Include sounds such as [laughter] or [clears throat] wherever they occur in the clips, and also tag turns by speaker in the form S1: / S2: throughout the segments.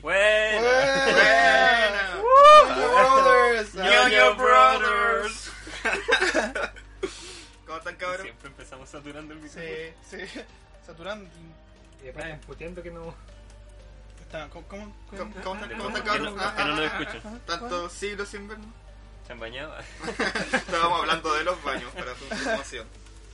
S1: Buena.
S2: Buena.
S1: Buena.
S2: Brothers.
S1: Ñoño
S3: [laughs]
S2: Ñoño
S1: Brothers.
S2: ¿Cómo están, cabrón?
S1: Siempre empezamos saturando el micrófono.
S2: Sí, sí. Saturando.
S4: Y después están puteando Eh, que no.
S2: Está- ¿Cómo, cómo,
S3: ¿Cómo-
S2: cómo,
S3: cómo
S2: están,
S3: están-
S1: Que
S2: cómo
S1: no-
S2: están,
S1: que no-
S2: cabrón?
S1: que no
S2: Ah,
S1: nos
S2: ah,
S1: escuchan.
S2: ah,
S3: Tantos siglos sin vernos.
S1: Se han bañado.
S3: [laughs] Estábamos hablando de los baños para su información.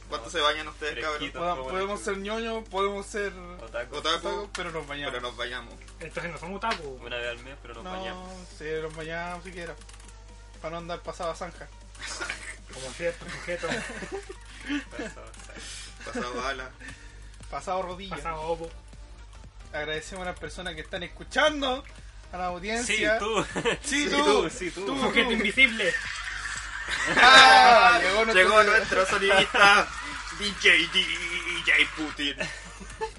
S3: ¿Cuánto se bañan ustedes, cabrón?
S1: Fresquito.
S2: ah. Podemos, podemos ser ñoño, podemos ser
S1: Otaku.
S3: Otaku.
S2: otaku, pero nos bañamos.
S3: Pero nos bañamos.
S4: Entonces no somos otaku.
S1: Una vez al mes, pero nos bañamos.
S2: no, sí, nos bañamos siquiera. Para no andar pasada zanja.
S4: Como ciertos sujetos
S1: Pasado, o sea,
S3: Pasado
S2: [laughs]
S3: bala.
S2: Pasado rodilla.
S4: pasados obo.
S2: Agradecemos a las personas que están escuchando, a la
S1: Sí,
S3: [laughs]
S2: audiencia.
S1: tú.
S2: Sí,
S1: Sí,
S2: tú.
S1: tú, sí, tú.
S2: Tú.
S4: Sujeto invisible.
S2: Ah, llegó nuestro-
S3: Llegó nuestro sonidista DJ DJ Putin.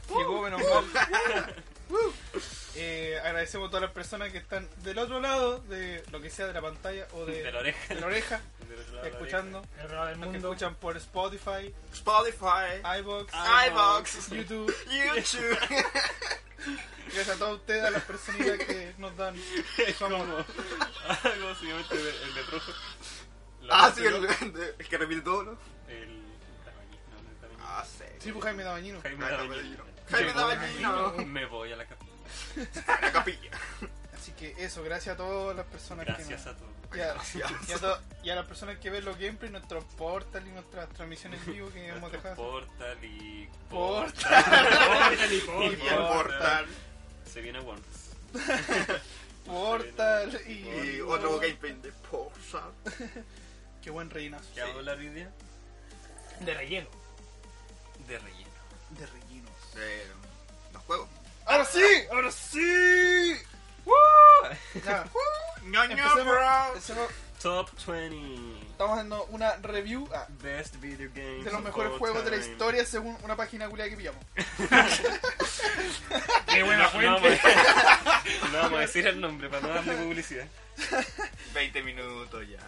S2: Llegó, menos mal. Uh. [laughs] Eh, agradecemos a todas las personas que están del otro lado de lo que sea de la pantalla o de,
S1: De la oreja.
S2: de la oreja,
S1: Del otro lado de la
S2: escuchando.
S4: El raro del
S2: Los que
S4: mundo.
S2: escuchan por Spotify,
S3: Spotify,
S2: iBox,
S3: iBox,
S2: YouTube.
S3: [laughs] YouTube.
S2: Gracias a todos ustedes, a las personitas que nos dan su amor.
S1: oreja. ¿Cómo se llama este? de- El de rojo. La-
S3: Ah, sí, el, el que repite todo, ¿no?
S1: El. Tabañino, no, el tabañino.
S3: Ah, sí.
S2: Sí, pues Jaime Dabañino.
S1: Jaime
S3: Jaime
S1: Tabañino.
S3: Tabañino. Jaime Tabañino.
S1: Me voy a la capilla.
S3: A la capilla.
S2: Así que eso, gracias a todas las personas
S1: Gracias
S2: que
S1: a todos.
S2: nos... y a-
S3: Gracias.
S2: y a to- y a las personas que ven los gameplays, nuestros portals y nuestras transmisiones en vivo que hemos
S1: Nuestro
S2: dejado.
S1: Portal y.
S4: Córtale,
S1: Y
S3: Y el
S4: córtale.
S3: portal.
S1: Se viene Worms.
S2: Portal y...
S3: Y otro gameplay de Portal.
S2: Qué buen reinazo.
S1: ¿Qué vamos a hablar hoy día?
S4: De relleno.
S1: De relleno.
S2: De rellenos.
S3: Pero, Los juegos.
S2: ¡Ahora sí! ¡Ahora sí! Ya, empecemos, empecemos.
S1: Top 20
S2: Estamos haciendo una review ah,
S1: Best Video Games
S2: de los
S1: of
S2: mejores
S1: all
S2: juegos de la
S1: time.
S2: historia según una página culia que pillamos.
S4: Qué buena
S1: No, no
S4: fuente.
S1: vamos
S4: [laughs]
S1: a- no vamos a decir el nombre para no darle publicidad.
S3: 20 minutos ya.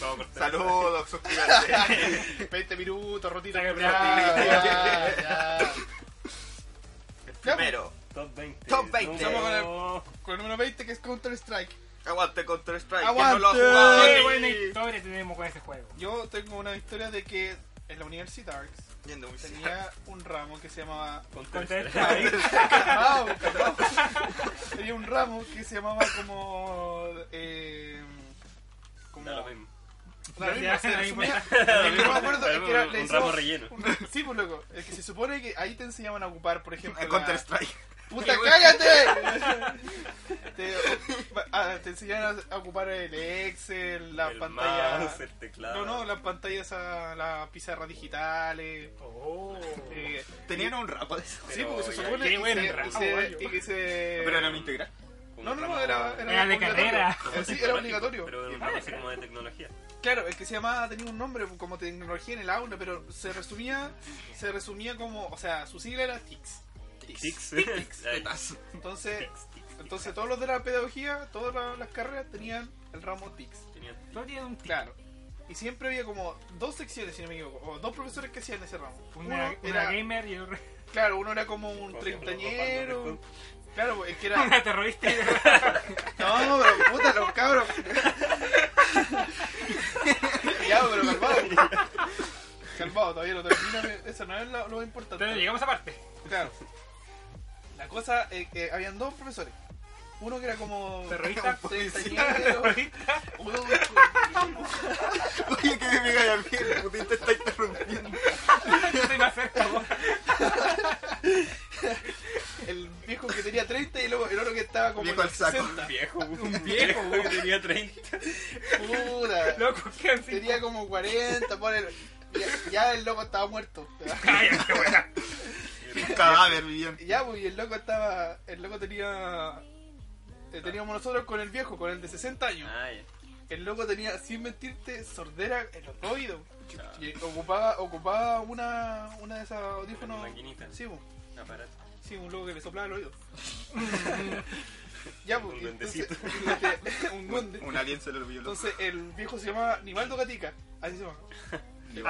S1: Vamos a cortar.
S3: Saludos, [laughs] suscríbanse.
S2: 20 minutos, rotita
S4: Ya,
S2: que
S4: ya,
S3: El primero.
S1: Top 20.
S3: Top 20.
S1: No.
S2: Con el número 20 que es Counter Strike.
S3: Aguante Counter Strike. Que
S2: Aguante.
S3: no lo ha jugado.
S4: Qué
S2: Sí.
S4: buena historia tenemos con ese juego.
S2: Yo tengo una historia de que en la universidad
S3: Yendo muy cerca.
S2: tenía un ramo que se llamaba
S1: Counter
S4: Counter
S2: este
S1: Strike.
S4: Strike.
S2: Calmao, calmao. Tenía un ramo que se llamaba como eh, como
S1: Da lo mismo.
S2: Claro,
S4: Ya,
S2: mismo, se-
S4: ya,
S2: se
S4: ya,
S2: supone-
S4: ya.
S2: es que no me acuerdo, es que era-
S1: Un
S2: le
S1: ramo
S2: decimos-
S1: relleno.
S2: un- Sí, pues loco, es que se supone que ahí te enseñaban a ocupar, por ejemplo,
S3: El
S2: la-
S3: Counter Strike.
S2: ¡Puta, cállate! [laughs] te, ah, te enseñaban a ocupar el Excel, la
S1: el
S2: pantalla...
S1: mouse, el teclado.
S2: No, no, las pantallas, a las pizarras digitales.
S4: Oh.
S2: eh,
S3: Tenían un rap de eso.
S2: sí,
S1: Pero
S2: porque se
S1: ya,
S2: supone
S4: qué
S2: y
S4: bueno,
S2: se-
S4: el
S2: y
S4: ramo,
S2: se-
S4: guayo.
S2: y que se-
S3: Eh, Pero eran integral.
S1: Un
S2: No, no, no,
S1: ramo-
S2: era,
S4: Era de
S2: obligatorio.
S4: carrera.
S1: [laughs] como
S2: Sí, era
S1: tecnológico,
S2: obligatorio.
S1: Pero era un ramo así como de tecnología.
S2: Claro, el que se llamaba tenía un nombre como tecnología en el aula, pero se resumía, se resumía como, o sea, su sigla era TICS.
S1: Tics. Ay,
S3: Tetas.
S2: Entonces,
S1: tics, tics,
S2: entonces todos los de la pedagogía, todas la- las carreras tenían el ramo TICS.
S1: Tenía-
S4: Todo tiene un tic.
S2: Claro. Y siempre había como dos secciones, si no me equivoco, o dos profesores que hacían ese ramo. Uno
S4: Una, una
S2: era,
S4: gamer y otro-
S2: claro, uno era como un
S1: Como que los papás
S2: treintañero.
S1: no
S2: Claro, el que
S4: [laughs]
S2: era
S4: una terrorista.
S2: No, pero puta, los cabros. ya, pero calmado. Calmado, todavía no termina. Eso no es lo, lo importante.
S4: Entonces llegamos a parte.
S2: Claro. La cosa, eh, eh, habían dos profesores. Uno que era como. [laughs]
S4: Terrorista.
S2: treintañero,
S4: Terrorista. [laughs]
S2: uno-
S3: Oye, que me cae al pie. Putin te está interrumpiendo.
S4: Estoy más cerca. vos.
S2: El viejo que tenía 30 y luego el otro que estaba como.
S3: Viejo
S2: en
S3: al saco.
S2: 60.
S1: Un viejo.
S4: Un viejo,
S1: que tenía 30.
S2: Puta.
S4: Loco, ¿qué han sido?
S2: Tenía como 40. Ponen, ya, ya el loco estaba muerto.
S4: Cállate, buena.
S3: Cadáver, bien.
S2: Ya, pues, y el loco estaba. El loco tenía. eh, teníamos nosotros con el viejo, con el de 60 años.
S1: Ay,
S2: El loco tenía, sin mentirte, sordera en los dos oídos.
S1: Chao.
S2: Y ocupaba, ocupaba una, una de esas audífonos.
S1: Una maquinita.
S2: Sí, pues,
S1: aparato.
S2: sí, un loco que le soplaba
S1: [laughs]
S2: el oído. ya, pues.
S1: Un
S2: y entonces- [laughs]
S1: [laughs]
S2: un
S3: Un,
S2: duende.
S3: un alien se lo violó.
S2: Entonces el viejo se llamaba Nivaldo Gatica. Así se llama.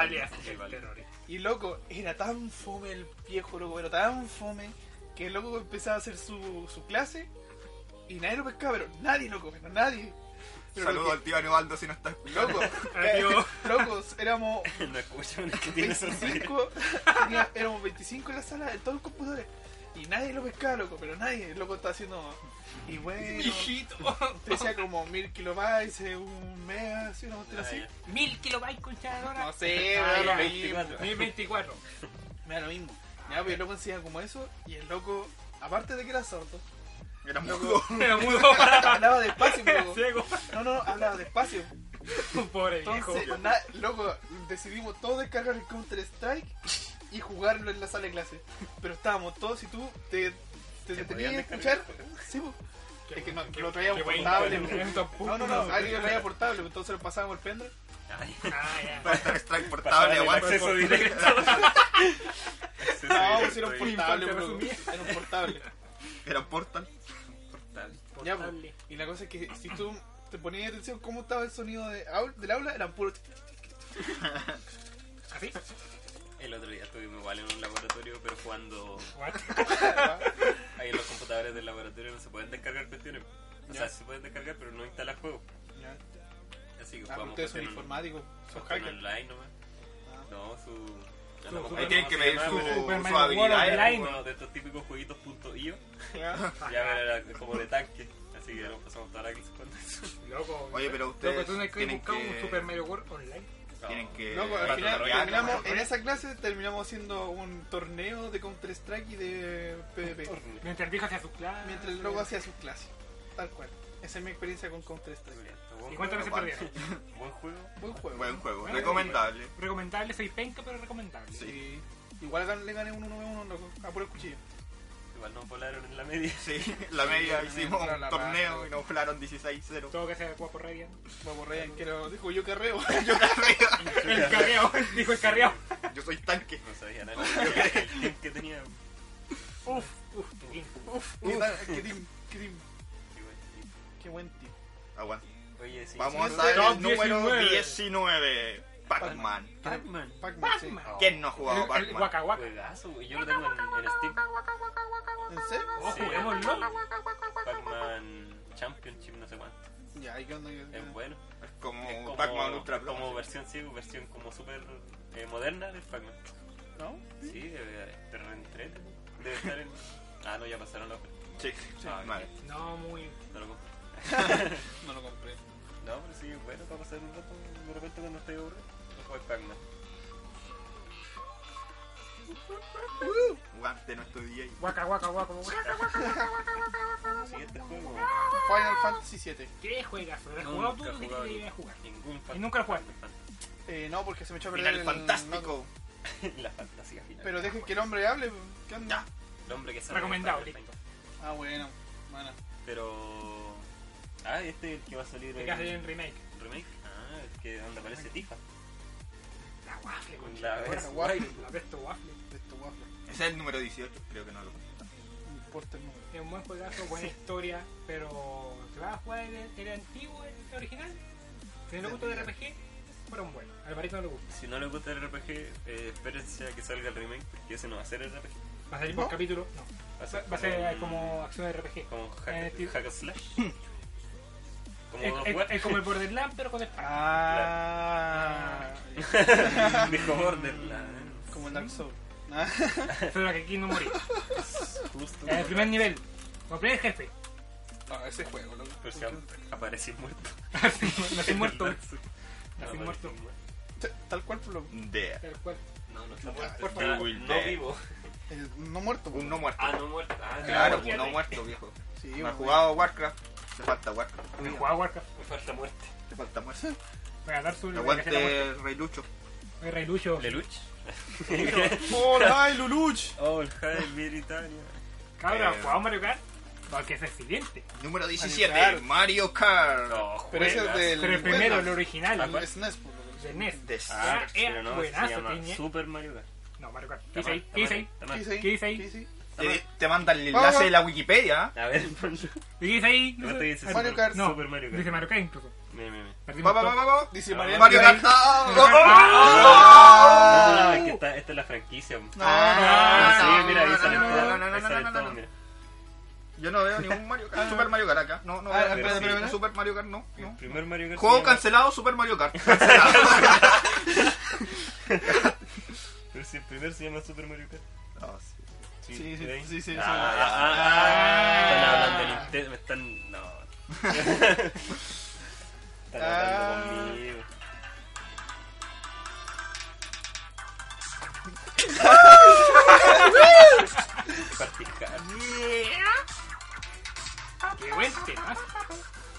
S4: Alias,
S1: Vale.
S4: el terrorista.
S2: Y loco, era tan fome el viejo, loco, era tan fome. que el loco empezaba a hacer su, su clase y nadie lo pescaba, pero nadie, loco, pero nadie. Pero
S3: Saludo
S2: lo
S3: al tío Anualdo si no está
S2: que- Loco,
S4: Adiós.
S2: [laughs] locos, éramos
S1: No escucho una que tiene sonrisa.
S2: 25, tenía- éramos 25 en la sala de todos los computadores y nadie lo pescaba, loco, pero nadie, el loco estaba haciendo. Y
S4: [laughs]
S2: bueno,
S4: Hijito.
S2: te decía como mil kilobytes, eh, un mega, así, una
S1: Ah,
S2: cuestión así.
S4: Mil kilobytes con charadora.
S2: No sé,
S4: Ah,
S2: me da
S4: ya.
S2: lo mismo.
S1: 24.
S4: 1024.
S2: Me da lo mismo. Ya, pues el loco enseñaba como eso y el loco, aparte de que era sordo, [laughs]
S3: Era mudo.
S4: [laughs] Me mudo.
S2: hablaba despacio, pues, loco.
S4: Ciego. [laughs]
S2: No, no, hablaba despacio.
S4: Pobre viejo.
S2: Entonces, na- loco, decidimos todos descargar el Counter Strike y jugarlo en la sala de clase. Pero estábamos todos y tú te, te detenías a
S1: podían
S2: escuchar. Sí, po. es que no, que lo traíamos portable. po. No, no, no, alguien lo traía portable, entonces lo pasábamos el [laughs] pendrive.
S4: Ah, ya.
S3: Para estar
S1: Pasaban
S3: strike portable,
S1: el
S3: aguanta.
S1: acceso
S2: [laughs]
S1: directo. Acceso directo
S2: No, pues era un
S1: ahí.
S2: portable,
S4: Infante
S2: bro.
S4: resumida.
S2: Era un portable.
S3: Era portal.
S2: Ya, po.
S4: Portable.
S2: Y la cosa es que si tú te ponías atención cómo estaba el sonido de aul- del aula, eran puros. [laughs]
S4: ¿Así?
S1: El otro día estuvimos igual en un laboratorio, pero jugando
S4: What?
S1: ahí en los computadores del laboratorio no se pueden descargar cuestiones. O sea, se pueden descargar, pero no instalar juegos.
S2: Ya.
S1: Así que
S2: Ah, pero
S1: jugamos pues
S2: ustedes son
S1: cuestiones-
S2: informáticos, son
S1: cuestiones
S2: hackers.
S1: online nomás.
S2: Ah.
S1: No, su... ya no me
S4: Su- su-
S1: acuerdo
S3: Ahí tienen
S1: cómo
S3: que
S1: se
S3: medir
S1: llama,
S3: su,
S1: pero-
S3: su
S4: Wall
S3: habilidad.
S4: Online.
S1: Uno de estos típicos jueguitos punto .io.
S2: [laughs] Ya.
S1: Ya era como de tanque. Así que ya nos pasamos toda la clase con eso.
S4: Loco.
S3: Oye, pero
S4: Loco,
S3: ustedes
S4: tú no has
S3: tienen
S4: buscado un
S3: que...
S4: Super Mario World online.
S3: Tienen que...
S2: Loco, pues, al
S1: Para
S2: final
S1: desarrollar,
S2: terminamos,
S1: ¿no?
S2: en esa clase terminamos haciendo un torneo de Counter Strike y de PvP.
S4: Mientras el viejo hacía sus clases.
S2: Mientras el loco hacía sus clases. Tal cual. Esa es mi experiencia con Counter Strike.
S4: ¿Y cuántas veces
S3: Aguanta.
S4: perdieron?
S1: Buen juego.
S2: Buen juego.
S3: Buen juego.
S4: Bueno,
S3: Recomendable.
S4: Recomendable, soy penca, pero recomendable.
S3: Sí.
S2: Sí. Igual gan- le gané un 1v1 loco, a por el cuchillo.
S1: Igual nos volaron en la
S3: [laughs]
S1: media.
S3: Sí, la media hicimos
S2: la- la-
S3: un torneo y nos volaron 16-0.
S4: Todo que sea guapo Radiant. [laughs]
S2: Vamos, Ryan, que lo dijo yo carreo.
S3: [laughs]
S2: [laughs]
S3: Yo carrera.
S4: El carreado, dijo
S1: [laughs]
S4: el carreado.
S3: Yo soy tanque.
S1: No sabía nada. El team que tenía.
S4: Uf, uf, qué bien.
S2: Uf, qué, tal- qué team, qué team.
S1: Sí, buen team.
S2: Qué buen team.
S3: Aguanta.
S1: Oye, sí.
S3: Vamos
S2: sí,
S3: a ver
S4: top
S3: el número
S4: 19.
S3: 19. Pac-Man.
S1: Pac-Man.
S2: Pac-Man, sí.
S4: Pac-Man.
S3: ¿Quién no ha jugado a
S4: El- El
S3: Pac-Man?
S4: guaca guaca.
S1: Juegazo, güey. Yo lo tengo en, en Steam.
S2: ¿En serio?
S4: Oh,
S1: Sí.
S4: juguémoslo.
S1: Pac-Man Championship, no sé cuánto.
S2: Ya, ahí que onda. que-
S1: Es bueno.
S3: Es
S1: Es
S3: como
S1: como,
S3: Pac-Man Ultra Pro.
S1: como versión, sí, versión como súper eh, moderna del Pac-Man.
S2: ¿No?
S1: Sí, debe estar en Debe estar en. Ah, no, ya pasaron los.
S3: Sí,
S1: Ah,
S3: vale.
S4: No, muy.
S1: No lo compré.
S2: No lo compré.
S1: No, pero sí, bueno, para pasar un rato de repente cuando estoy aburrido. No juego al Pac-Man.
S3: Guante nuestro DJ.
S4: Guaca guaca guaca guaca.
S1: Siguiente este juego.
S2: Final Fantasy 7.
S4: ¿Qué juegas? ¿Lo Ah, has
S1: No,
S4: jugado tú?
S1: nunca he
S4: ¿Qué
S1: jugado.
S4: te a jugar?
S1: Ningún
S4: Y nunca lo jugaste.
S2: Eh, no, porque se me echó a perder
S3: Final
S2: el-
S3: fantástico.
S1: [laughs] La fantasía final.
S2: Pero dejen que el hombre hable. ¿Qué onda?
S3: Ya.
S1: El hombre que sabe
S4: Recomendado,
S1: de Final
S4: listo.
S2: Ah, bueno. Bueno.
S1: Fantasy. Pero. Ah, este es el que va a salir
S4: Te quedas en remake.
S1: remake. Ah, es que donde aparece Tifa.
S4: La waffle, con
S1: La vez.
S2: la guay.
S4: La besto waffle.
S2: De estos waffles.
S3: Ese es el número 18, creo que no lo
S2: No importa el nombre.
S4: Es un buen juegazo, buena historia, pero si vas a jugar el, el antiguo, el original, si no le gusta el RPG, fueron buenos. Al barito no le gusta.
S1: Si no les gusta el RPG, eh, espérense a que salga el remake, porque ese no va a ser el RPG.
S4: ¿Va a salir por
S2: ¿No?
S4: capítulo? No. Va, va a ser eh, como acción de RPG.
S1: Como un
S4: En
S1: hack,
S4: el estilo-
S1: hack and
S4: [laughs]
S1: slash. Como
S4: Es,
S1: God of
S4: es-
S1: War.
S4: es como el Borderlands, pero con espada.
S2: Ah.
S1: [laughs] Dijo Borderlands.
S2: Como el Dark Souls. Ah,
S4: Pero que aquí no morí.
S1: Justo.
S4: En el primer nivel, con el primer jefe. [laughs]
S2: no, Ah, ese juego, loco.
S1: Pero si ap- aparecí muerto.
S4: No estoy
S1: [laughs]
S4: muerto.
S1: No,
S4: Nací
S1: aparecí
S4: muerto.
S2: Tal cual, por lo
S3: Yeah.
S4: Tal cual.
S1: No, no está muerto.
S3: Por
S1: Está
S3: favor.
S1: no vivo.
S2: el eh, no muerto.
S3: Un no muerto.
S1: Ah, no muerto. Ah,
S3: Claro,
S1: no,
S3: un
S1: muerto.
S3: no muerto, viejo.
S2: Sí,
S3: No ha
S2: bueno.
S3: jugado Warcraft. Te falta Warcraft.
S4: Me jugaba Warcraft.
S1: Me falta muerte.
S3: Te falta muerto.
S4: Para dar su.
S3: Aguante el Rey Lucho.
S4: El Rey Lucho.
S1: ¿Leluch? [laughs]
S2: ¡Hola, el Luluch!
S1: Oh, el Jade Britannia.
S4: Cabra, ¿has
S3: Eh.
S4: jugado Mario Kart? Porque ese es siguiente.
S3: Número
S2: Mario
S3: 17,
S2: Kart.
S3: Mario Kart.
S1: No,
S2: Pero ese es
S1: juegas.
S2: del.
S4: Pero el primero, el
S2: bueno,
S4: original.
S2: el SNES, por lo
S4: De
S2: que
S4: NES.
S3: De
S1: Ah,
S4: Ah,
S1: pero
S4: era
S1: no, se
S4: buenazo,
S1: llama
S4: tenía.
S1: Super Mario Kart.
S4: No, Mario Kart. ¿Qué
S1: Está
S4: dice ahí?
S1: mal,
S4: ¿Qué
S1: está
S4: dice
S1: mal,
S4: ahí?
S1: está
S2: ¿Qué
S1: mal.
S2: dice ahí?
S4: ¿Qué dice ahí?
S2: ¿Qué dice ahí?
S3: Te, te mandan el enlace de la Wikipedia.
S1: A ver, ponlo.
S4: ¿Qué dice ahí?
S1: No te dice
S2: Mario
S1: Super-
S2: Kart.
S1: No,
S4: No,
S1: Super Mario Kart.
S4: dice Mario Kart incluso.
S1: Me Mira, mira, mira.
S3: Va, va, va, va, va.
S2: Dice
S1: Ah,
S2: Mariana
S3: Mario
S2: que
S3: Kart. ¡Oh!
S2: ahí-
S1: No, no, no, es que esta, esta es la franquicia.
S3: No,
S1: Ah,
S3: no,
S1: sí, mira, ahí
S3: no,
S1: salen
S3: no, no,
S1: todos.
S3: no, no,
S1: Ahí
S3: no,
S1: salen
S3: no, no,
S1: todos,
S3: no.
S1: mira.
S3: Yo no veo ningún Mario Kart. Super Mario Kart acá. No, no
S2: Ah,
S3: veo.
S2: espera, espera, espera.
S3: Super Mario Kart no.
S1: El
S3: no.
S1: primer Mario Kart.
S3: Juego
S1: se llama-
S3: cancelado, Super
S1: [laughs]
S3: Mario Kart. Cancelado.
S1: Pero si el primer se llama Super Mario Kart.
S3: No, sí.
S1: Sí,
S2: Sí, sí,
S1: ¿de ahí?
S2: sí, sí, sí.
S1: Ah, ah, ah, Están hablando de Nintendo. me
S3: [laughs]
S1: Están. No. Están
S2: Ah.
S1: hablando
S3: [laughs]
S1: conmigo. Party Hard.
S4: Qué buen tema.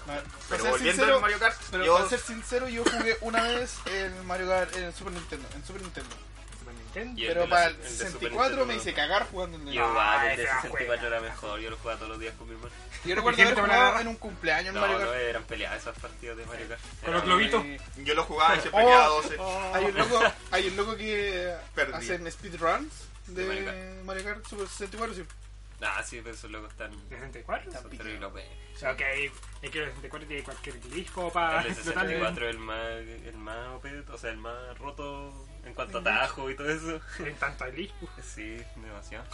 S2: Pero
S3: Pero volviendo al Mario Kart,
S2: Pero
S3: yo
S2: para ser sincero, yo jugué una vez el Mario Kart en Super Nintendo. En Super Nintendo.
S4: Super Nintendo.
S1: Y el
S2: Pero
S1: de la-
S2: para el
S1: el de Super
S2: 64 me
S1: Nintendo.
S2: hice cagar jugando en el
S1: Yo,
S4: Ah,
S1: vale, el de
S4: esa
S1: 64 era mejor. Yo lo jugaba todos los días con mi hermano.
S2: Yo recuerdo
S4: Gente
S2: haber
S4: con la
S2: jugado
S4: garra.
S2: en un cumpleaños en
S1: No,
S2: Mario
S1: no
S2: Kart.
S1: eran peleadas esas partidas de Mario Kart.
S4: Con
S1: Era
S4: los globitos.
S2: Eh,
S3: yo lo jugaba siempre que era 12.
S2: Hay un
S1: [laughs]
S2: loco, hay un loco que
S3: Perdí.
S2: hacen speedruns de
S1: De Mario Kart.
S2: Mario Kart Super 64. Sí.
S1: muy- Ah, sí, pero esos locos están.
S4: ¿64?
S1: Son terribles. pues.
S4: Ok, es que el 64 tiene cualquier disco para [laughs]
S1: El de 64 es el más, el más OP, o sea, el más roto en cuanto a atajo y todo eso.
S4: En tanto disco.
S1: Sí, demasiado.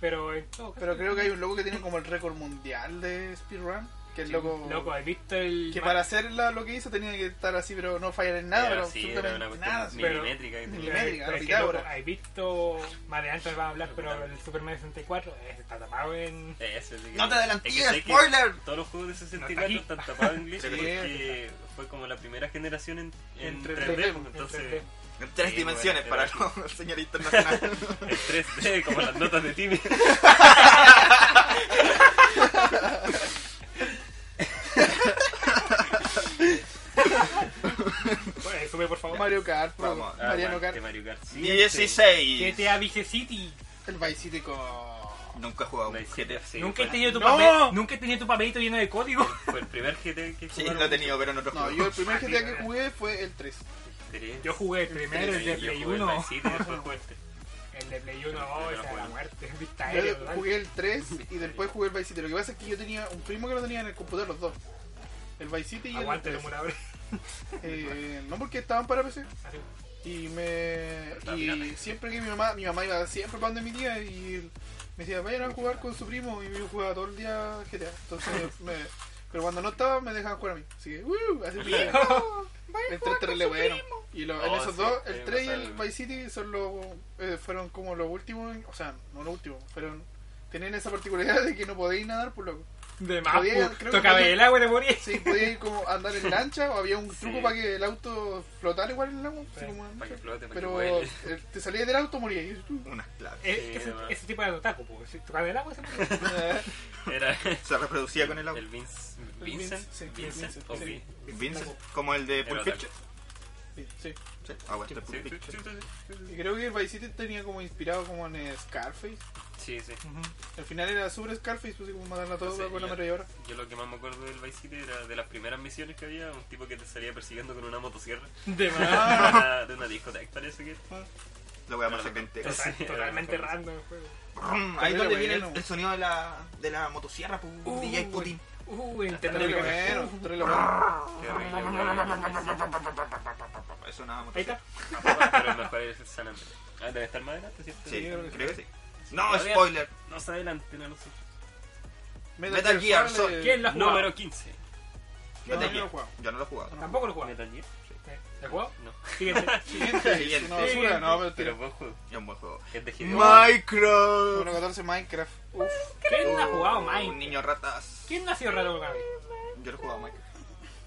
S4: Pero en todo caso.
S2: Pero creo que hay un loco que tiene como el récord mundial de speedrun. Que el loco.
S4: Loco, he visto el.
S2: Que para hacer la- lo que hizo tenía que estar así, pero no fallar en nada,
S1: Era
S2: pero
S1: así, era una
S2: absolutamente
S1: cuestión
S2: nada.
S4: pero-
S1: milimétrica. que tenía.
S4: Pero-
S2: América,
S4: pero es que,
S2: Pitágora.
S4: loco, He visto. Más adelante les vamos a hablar, pero el Superman 64 eh, está tapado en. [laughs]
S1: Eso, así que-
S3: No te adelantes,
S1: es que sé que
S3: spoiler.
S1: Todos los juegos de
S4: No
S1: 64
S4: está
S1: están tapados en inglés
S3: Sí.
S1: porque fue como la primera generación en, en
S4: En
S1: 3D,
S2: 3D,
S1: pues,
S4: en
S1: entonces
S4: 3D.
S3: En tres
S1: Sí,
S3: dimensiones
S1: bueno,
S3: para el [laughs]
S1: [laughs]
S3: señor internacional.
S1: en 3D, como las notas de Timmy.
S4: Bueno, sube por favor.
S2: Mario Kart, pro,
S3: Vamos,
S1: Ah,
S2: Mariano
S1: aguante,
S2: Kart,
S1: Mario Kart. Sí,
S3: Dieciséis.
S4: GTA Vice City.
S2: el Vice City con.
S3: Nunca he jugado un
S1: sí.
S3: GTA.
S1: Sí,
S4: nunca,
S1: fue,
S4: he tenido tu
S2: ¡No!
S4: papel, nunca he tenido tu papelito lleno de código. [laughs]
S1: [laughs] fue el primer GTA que
S3: Sí,
S1: jugaron.
S3: lo he tenido, pero en otro
S2: No,
S3: juego.
S2: yo el primer
S4: Mario
S2: GTA que
S4: Kart.
S2: jugué fue el 3.
S1: Tres.
S4: Yo jugué el primero, el de
S1: Yo
S4: Play
S1: jugué el
S4: 1.
S1: Vice City, después jugué este. el tres.
S4: El de Play 1,
S1: Pero
S4: oh,
S1: primero
S4: esa era
S1: jugué.
S4: la muerte. Vista aérea,
S2: Yo
S4: total.
S2: jugué el 3 y después jugué el Vice City. Lo que pasa es que yo tenía un primo que lo tenía en el computador, los dos. El Vice City y
S4: Aguante el
S2: el 3.
S4: emulador.
S2: Eh, no porque estaban para PC.
S4: Así.
S2: Y me.
S1: Está
S2: Y
S1: pirata.
S2: siempre que mi mamá, mi mamá iba siempre para donde mi tía y me decía, vayan a jugar con su primo. Y yo jugaba todo el día GTA.
S1: [laughs]
S2: Entonces me. Pero cuando no estaba, me dejaban jugar a mí. Así que, ¡woo! Así que. El 3 terrible bueno. Y lo- en
S1: Oh,
S2: esos
S1: sí,
S2: dos,
S1: sí,
S2: el 3 y el
S1: pasaron.
S2: Vice City son los, eh, fueron como los últimos, en- o sea, no los últimos, pero tenían esa particularidad de que no podéis nadar por loco.
S4: De más,
S2: Podía-
S4: pu,
S2: creo que
S4: tocaba
S2: podía-
S4: el agua y te morías.
S2: Sí, podíais como andar en lancha o había un truco
S1: Sí.
S2: para que el auto flotara igual en el agua. así
S4: Sí,
S2: como en
S1: Para que
S2: lancha.
S1: flote, para que
S2: Pero
S1: vuele.
S2: eh, te salías del auto, morías. y tú-
S3: Unas claves.
S4: Es
S1: Sí,
S4: que ese,
S1: además.
S4: ese tipo de otaku, pues. Si tocaba el agua, se moría.
S2: [laughs] eh,
S1: [laughs] Era
S3: Se reproducía con el agua.
S1: el Vince,
S2: El
S1: Vincent,
S2: Vince, sí,
S1: Vincent,
S2: Vincent,
S1: o
S2: sí.
S1: Vin-
S3: Vincent, como el de
S1: Era
S3: Pulp
S1: otaku.
S3: Fiction.
S2: [laughs] sí, sí.
S3: Sí, Ah, aguanta
S1: Sí,
S3: Pulp
S1: sí, sí,
S3: Fiction.
S1: sí, sí.
S2: Y creo que el Vice City tenía como inspirado como en eh, Scarface.
S1: Sí, sí.
S2: Al final era sobre Scarface, pues así como matarla a todos
S1: Entonces,
S2: con la
S1: ya-
S2: metralladora.
S1: Yo lo que más me acuerdo del Vice City era de las primeras misiones que había, un tipo que te salía persiguiendo con una
S2: [laughs]
S1: motosierra.
S4: De más.
S1: De una- de una discoteca, parece que.
S3: Lo voy a pasar
S1: [laughs]
S3: gente.
S1: Sí,
S4: Total-
S1: era
S4: totalmente
S1: mejor.
S4: random el juego.
S3: Ahí es
S2: Pero
S3: donde
S2: bueno.
S3: viene el, el sonido de la, de la motosierra, pues,
S4: Uh,
S3: DJ Putin.
S4: Uh, el
S2: Terrible
S4: terrible.
S2: bueno, [laughs] terrible bueno.
S1: Qué horrible, weón.
S3: Eso nada,
S4: Ahí
S3: motosierra.
S4: está.
S1: Pero el mejor es el San Andreas. Ah, debe estar más adelante, ¿cierto?
S3: Sí,
S2: creo que
S3: creo que sí.
S1: A
S3: No,
S1: ver.
S3: spoiler.
S1: No, está adelante, no lo sé.
S3: Metal Gear Solid.
S2: eh,
S4: ¿Quién la jugó?
S1: Número 15.
S3: Metal
S2: No, yo no Ah, lo he
S3: Gear.
S2: jugado.
S3: Yo no lo he jugado.
S4: Tampoco lo jugaba.
S1: ¿Metal Gear?
S4: ¿Lo jugó?
S1: No.
S4: Fíjense.
S2: Siguiente, es una basura, no, pero
S1: [laughs] Pero
S2: tira.
S1: buen juego.
S3: Es un buen juego.
S1: Es de Hideo.
S3: Minecraft.
S2: Número 14, Minecraft. Uf,
S4: ¿Quién no ha jugado
S3: Un
S4: Minecraft?
S3: niño ratas.
S4: ¿Quién no ha sido raro alguna vez?
S3: Yo lo he jugado Minecraft.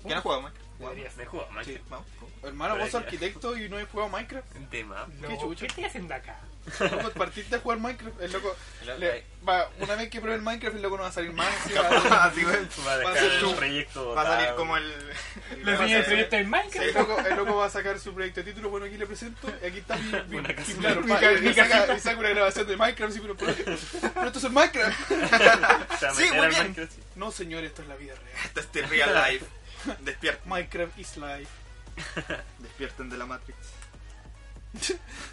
S3: ¿Quién ha jugado Minecraft?
S4: Debería
S1: De
S4: ser.
S1: juego,
S3: Sí,
S1: Minecraft.
S3: vamos. vamos.
S2: hermano,
S1: Pero
S2: vos
S1: ya.
S2: sos arquitecto y no he jugado
S1: [laughs]
S2: Minecraft.
S1: De map.
S4: No,
S2: Qué chucha.
S4: ¿Qué estoy haciendo acá?
S2: Loco, partiste a jugar Minecraft. El loco. le- va, una vez que pruebe el Minecraft, el loco no va a salir más. sí, va a-
S3: Así güey.
S1: Va a
S2: Va a
S1: dejar
S2: ser
S1: el
S2: tu-
S1: proyecto.
S3: Va a salir
S1: tal.
S3: como el.
S4: ¿Le enseñé el proyecto en
S2: El
S4: Minecraft?
S2: loco, el loco va a sacar su proyecto de título. Bueno, aquí le presento. y Aquí está mi. mi-
S1: Una
S2: mi-
S1: casita.
S2: claro,
S4: Mi
S2: pa-
S4: ca-
S2: y
S4: mi
S2: saca-
S4: casita.
S2: y saca una grabación de Minecraft. Sí, pero, pero, pero esto es el
S1: [laughs]
S2: Minecraft.
S1: Se va a
S3: Sí,
S1: meter
S3: muy
S1: al
S3: bien.
S1: Minecraft, sí.
S2: No, señor, esto es la vida real.
S3: Esto es este real life. Despierten.
S2: Minecraft is life.
S3: Despierten de la Matrix.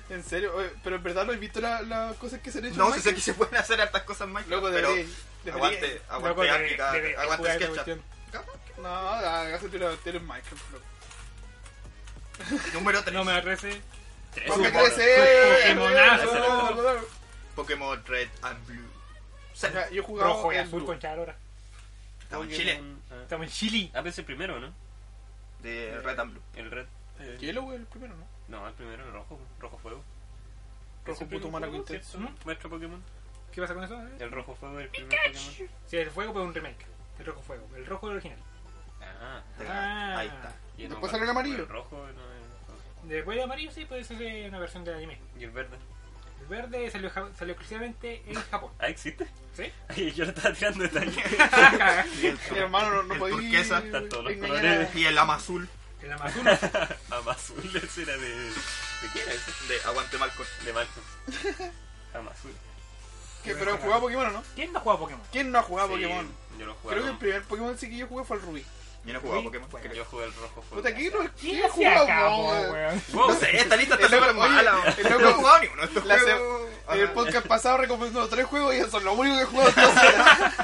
S2: En serio, oye, pero en verdad no he visto la- las cosas que se han hecho. en
S3: No, si sé
S2: Minecraft?
S3: que se pueden hacer hartas cosas en Minecraft.
S2: Loco,
S3: pero
S2: debería. debería-
S3: aguante, aguante
S4: Loco,
S3: África,
S4: debería
S3: aguante
S4: jugar esta
S3: SketchUp.
S4: cuestión.
S3: Cabrón, ¿qué?
S2: No, hágase tu laboratorio en Minecraft. loco.
S3: Número 3.
S4: Número 13.
S1: Tres.
S2: Porque
S3: Pokémon.
S2: crece.
S4: Pokémonazo.
S3: Pokémon Red and Blue.
S2: Ya, Yo jugaba
S4: Rojo y azul con ahora.
S3: Estamos en Chile.
S1: Ah.
S4: Estamos en Chile.
S1: Ah, pero es el primero, ¿no?
S3: De Red and Blue.
S1: El red. eh,
S2: Hielo, güey, el primero, ¿no?
S1: No, el primero, el rojo. Rojo fuego.
S2: Rojo
S1: ¿Es el
S2: puto
S1: primer
S2: mala
S1: juego,
S2: quintet.
S1: cierto? Maestro Pokémon.
S4: ¿Qué pasa con eso? eh?
S1: El rojo fuego es el primer Pokémon.
S4: Sí, el fuego, pero un remake. El rojo fuego. El rojo del original.
S1: Ah.
S4: Ah.
S3: Ahí está.
S1: y el
S2: Después
S1: no-
S2: sale el amarillo.
S1: El rojo, no, el rojo.
S4: Después de amarillo, sí, puede ser eh, una versión del anime.
S1: Y el verde.
S4: El verde salió, ja- salió exclusivamente en Japón.
S1: Ah, existe. [laughs]
S4: ¿Sí? [laughs]
S1: Ay, yo lo estaba tirando el año. [laughs]
S3: Y el,
S2: [laughs] Mi hermano, no, no
S3: El
S2: podía.
S3: turquesa,
S1: están todos los
S2: engañar
S1: colores.
S2: a-
S3: y el ama azul
S4: el Amazonas.
S1: [laughs] Amazul, ese era de. ¿De quién era ese?
S3: de Aguante Malcolm.
S1: De
S2: [laughs]
S1: Malcolm. Amazul.
S2: que- Pero jugaba Pokémon, ¿no?
S4: ¿Quién no juega Pokémon?
S2: ¿Quién no ha jugado
S1: Sí,
S2: Pokémon?
S1: Yo lo
S2: Creo que el
S1: jugaba.
S2: primer Pokémon sí que yo jugué fue el Rubí.
S3: Yo no he jugado a
S4: Sí,
S3: Pokémon.
S4: bueno.
S3: creo.
S1: Yo jugué el rojo fuego.
S2: Puta, ¿qué no
S4: ¿Quién
S2: ¿qué ha
S4: se acabó,
S2: jugado, güey?
S4: weón?
S2: [laughs]
S1: Wow.
S3: No sé, esta lista está
S2: El loco-
S3: súper
S2: oye,
S3: mala.
S2: el
S3: weón.
S2: loco-
S3: No he jugado ni uno de estos
S2: La
S3: juegos.
S2: En el podcast pasado recomendó tres juegos y esos son los únicos que he jugado entonces.
S3: Ajá.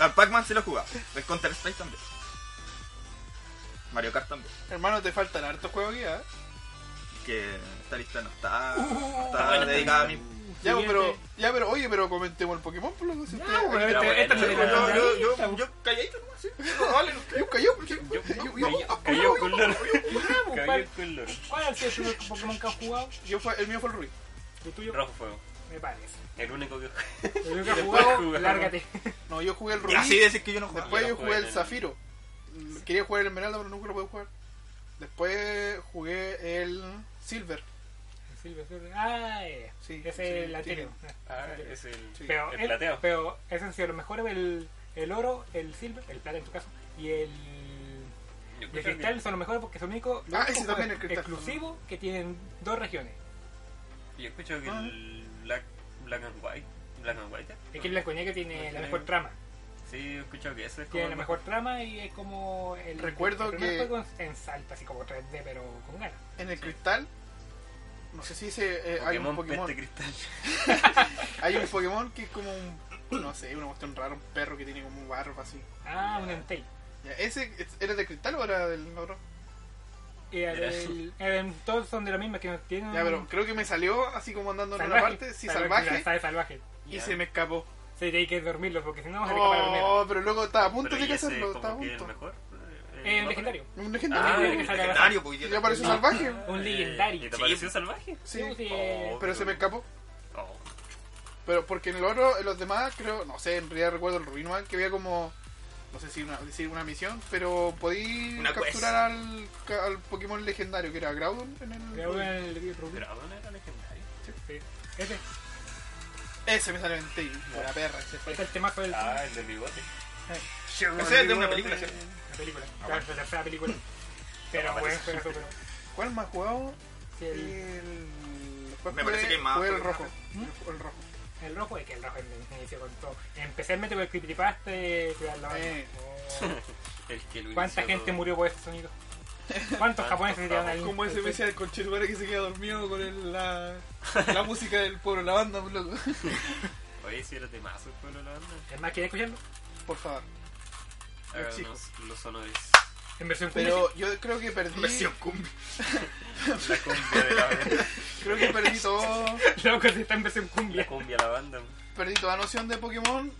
S3: Al Pac-Man sí lo he jugado. El Counter Strike también. Mario Kart también.
S2: Hermano, te faltan hartos juegos aquí, ¿eh?
S3: Que esta lista no está,
S2: Uh,
S3: no
S1: Ah,
S3: está
S1: bueno,
S3: dedicada a mí.
S1: también.
S2: Ya,
S4: Siguiente.
S2: pero, ya, pero, oye, pero comentemos el Pokémon, por lo que
S4: Ya,
S2: ustedes-
S4: este- weón,
S1: Pero
S4: este-
S1: bueno,
S4: esta no
S3: Yo,
S4: es
S1: pero
S4: la
S3: yo,
S4: lista,
S3: yo,
S4: weón.
S3: yo, calladito nomás, sí. Vale, no.
S2: Yo cayó, yo, yo, yo, yo-
S1: Cayó con color.
S4: pues,
S1: Cayó
S4: ¿cuál?
S1: el color.
S4: ¿Cuál ha sido el primer Pokémon que has jugado?
S2: yo fue- el mío fue el Rubí.
S4: El tuyo,
S1: Rojo fuego.
S4: me parece.
S1: El único que jugué.
S4: El único que has
S1: Después
S4: jugado,
S1: jugamos.
S4: lárgate.
S2: No, yo jugué el Rubí.
S3: Y así decir que yo no jugaba.
S2: Después
S1: yo
S2: yo
S1: jugué
S2: jugué
S1: en
S2: el
S1: el-
S2: Zafiro. Mm, Quería jugar el Esmeralda, pero nunca lo pude jugar. Después jugué el Silver.
S4: Silver, Silver. Ah, eh.
S2: Sí,
S4: ese es
S2: sí,
S4: el
S2: sí.
S4: anterior.
S1: Ah, es el.
S2: Sí.
S4: Pero,
S1: El
S4: es-
S1: plateado.
S4: pero es en serio, lo mejor es el, el oro, el silver, el plata en tu caso, y el,
S1: Yo
S4: y
S1: creo
S4: el
S1: que-
S4: cristal son los mejores porque son únicos
S2: Ah, ese también, el cristal.
S4: exclusivos que tienen dos regiones.
S1: Yo escucho
S2: Ah.
S1: que el Black, Black and White. Black and White.
S4: Es que el blanco y negro tiene la
S1: tiene-
S4: mejor trama.
S1: Sí, yo escucho que ese es como.
S4: Tiene la mejor trama y es como el,
S2: Recuerdo
S4: el primer
S2: que-
S4: juego en salta, así como 3D, pero con ganas.
S2: En el cristal. No sé si ese, eh, hay un
S1: Pokémon,
S2: Pokémon.
S1: peste cristal.
S2: Hay un Pokémon que es como un. No sé, una cuestión rara, un perro que tiene como un barba así.
S4: Ah, un Entei.
S2: Ya, ¿Ese es- era de cristal o era del otro?
S4: Y el,
S1: Mira.
S4: el- el- todos son de la misma que no tienen.
S2: Ya, pero creo que me salió así como andando en una
S4: Mm. salvaje,
S2: parte, sí, salvaje,
S4: Está de salvaje.
S2: y
S1: Ya.
S2: se me escapó.
S4: Sí, hay que dormirlo porque si no vamos a acabar la mierda.
S2: Oh, pero luego estaba a punto
S1: Pero
S2: de
S1: y ese
S2: casarlo,
S1: es
S2: estaba a
S1: como que el
S2: punto.
S1: mejor. eh,
S4: Eh,
S1: ¿no?
S4: legendario.
S2: Un
S1: Ah,
S2: legendario.
S1: el
S3: Legendario, pues.
S2: Y
S1: [laughs]
S2: apareció salvaje.
S4: Un
S1: Eh,
S4: legendario.
S1: ¿Y te
S3: Sí.
S1: pareció salvaje?
S2: Sí,
S4: Sí, sí,
S1: Oh,
S2: pero se me escapó.
S1: oh.
S2: Pero porque en el oro, en los demás, creo, no sé, en realidad recuerdo el Rubí nomás, que había como, no sé si una, decir una misión, pero podí
S3: Una quest.
S2: capturar al, ca- al Pokémon legendario, que era Groudon en el...
S4: Le hago el rubí.
S1: Pero Adon era legendario.
S4: Sí. Ese,
S2: Ese me salió en ti, la perra, ese fue.
S4: este es el temazo de la
S1: Ah, el del bigote.
S3: Ese es de una película, ¿cierto?
S4: película.
S3: Ah,
S4: La
S3: bueno.
S4: la
S1: [laughs]
S4: tercera película. Pero
S1: No,
S4: bueno,
S1: parece-
S4: pero pero-
S2: ¿Cuál más jugado?
S4: sí, el,
S2: El...
S3: Me parece que hay más,
S2: Fue el
S3: pero-
S2: rojo,
S4: ¿Mm?
S2: el rojo.
S4: el rojo es que el rojo me inició con todo. Especialmente con el creepypasta eh, te da la
S1: [laughs]
S4: banda.
S2: Eh.
S4: Oh,
S1: El que lo
S4: ¿Cuánta
S1: inició
S4: gente
S1: todo.
S4: murió por este sonido? ¿Cuántos
S1: Ah,
S4: japoneses se llevan ahí?
S2: Como ese
S4: mes
S2: veces del conchetumare que se queda dormido con el- la,
S3: [laughs]
S2: la música del pueblo, la banda, pues, loco.
S1: Oye, si era de mazo el pueblo de la banda.
S4: ¿Es más, ¿quieres escucharlo?
S2: Por favor.
S1: Ah,
S2: Los chicos.
S1: los- Los sonores.
S4: En versión cumbia,
S2: Pero yo creo que perdí,
S3: Versión cumbia.
S1: La cumbia de la banda.
S2: creo que perdí todo.
S4: sí. [laughs] Loco, si está en versión
S1: La
S4: cumbia.
S1: cumbia de la banda.
S2: perdí toda noción de Pokémon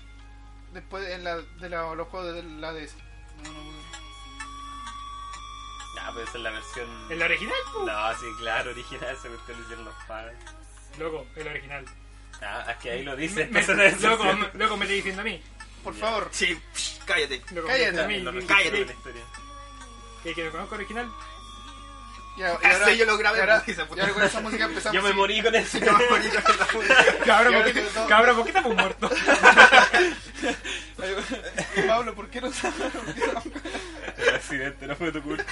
S2: después de, en la, de la- los juegos de la DS. No, no, no.
S1: Ah, pero esa es la versión.
S4: ¿El original? po?
S1: No, sí, claro, original, se cuestión lo hicieron los padres.
S4: Loco, el original.
S1: Ah, es que ahí lo
S4: Me-
S1: dice. [laughs]
S4: me-
S1: entonces no es
S4: loco,
S1: excepción.
S4: me- loco, me está diciendo a mí.
S2: Por
S1: Ya.
S2: favor,
S3: Sí, psh, cállate.
S4: Loco,
S2: Cállate,
S4: me está
S1: También lo
S4: diciendo a mí.
S1: registraron
S3: cállate.
S1: en la historia.
S4: Que, que lo conozco original.
S3: [laughs]
S2: y, a- y
S3: Ah,
S2: ahora,
S3: sí, yo lo grabé,
S2: y ahora,
S3: porque esa puta-
S2: y ahora con
S3: [laughs]
S2: esa música empezamos.
S1: Yo me
S2: sí.
S1: morí con eso.
S3: Yo me [laughs] morí con la música.
S2: Y
S4: Cabrón, ¿por
S2: ahora
S4: qué,
S2: sobre todo-
S4: cabrón, ¿por qué estamos [laughs] muertos?
S2: [laughs] Pablo, ¿por qué no sabes? [laughs]
S1: El accidente no fue tu culpa.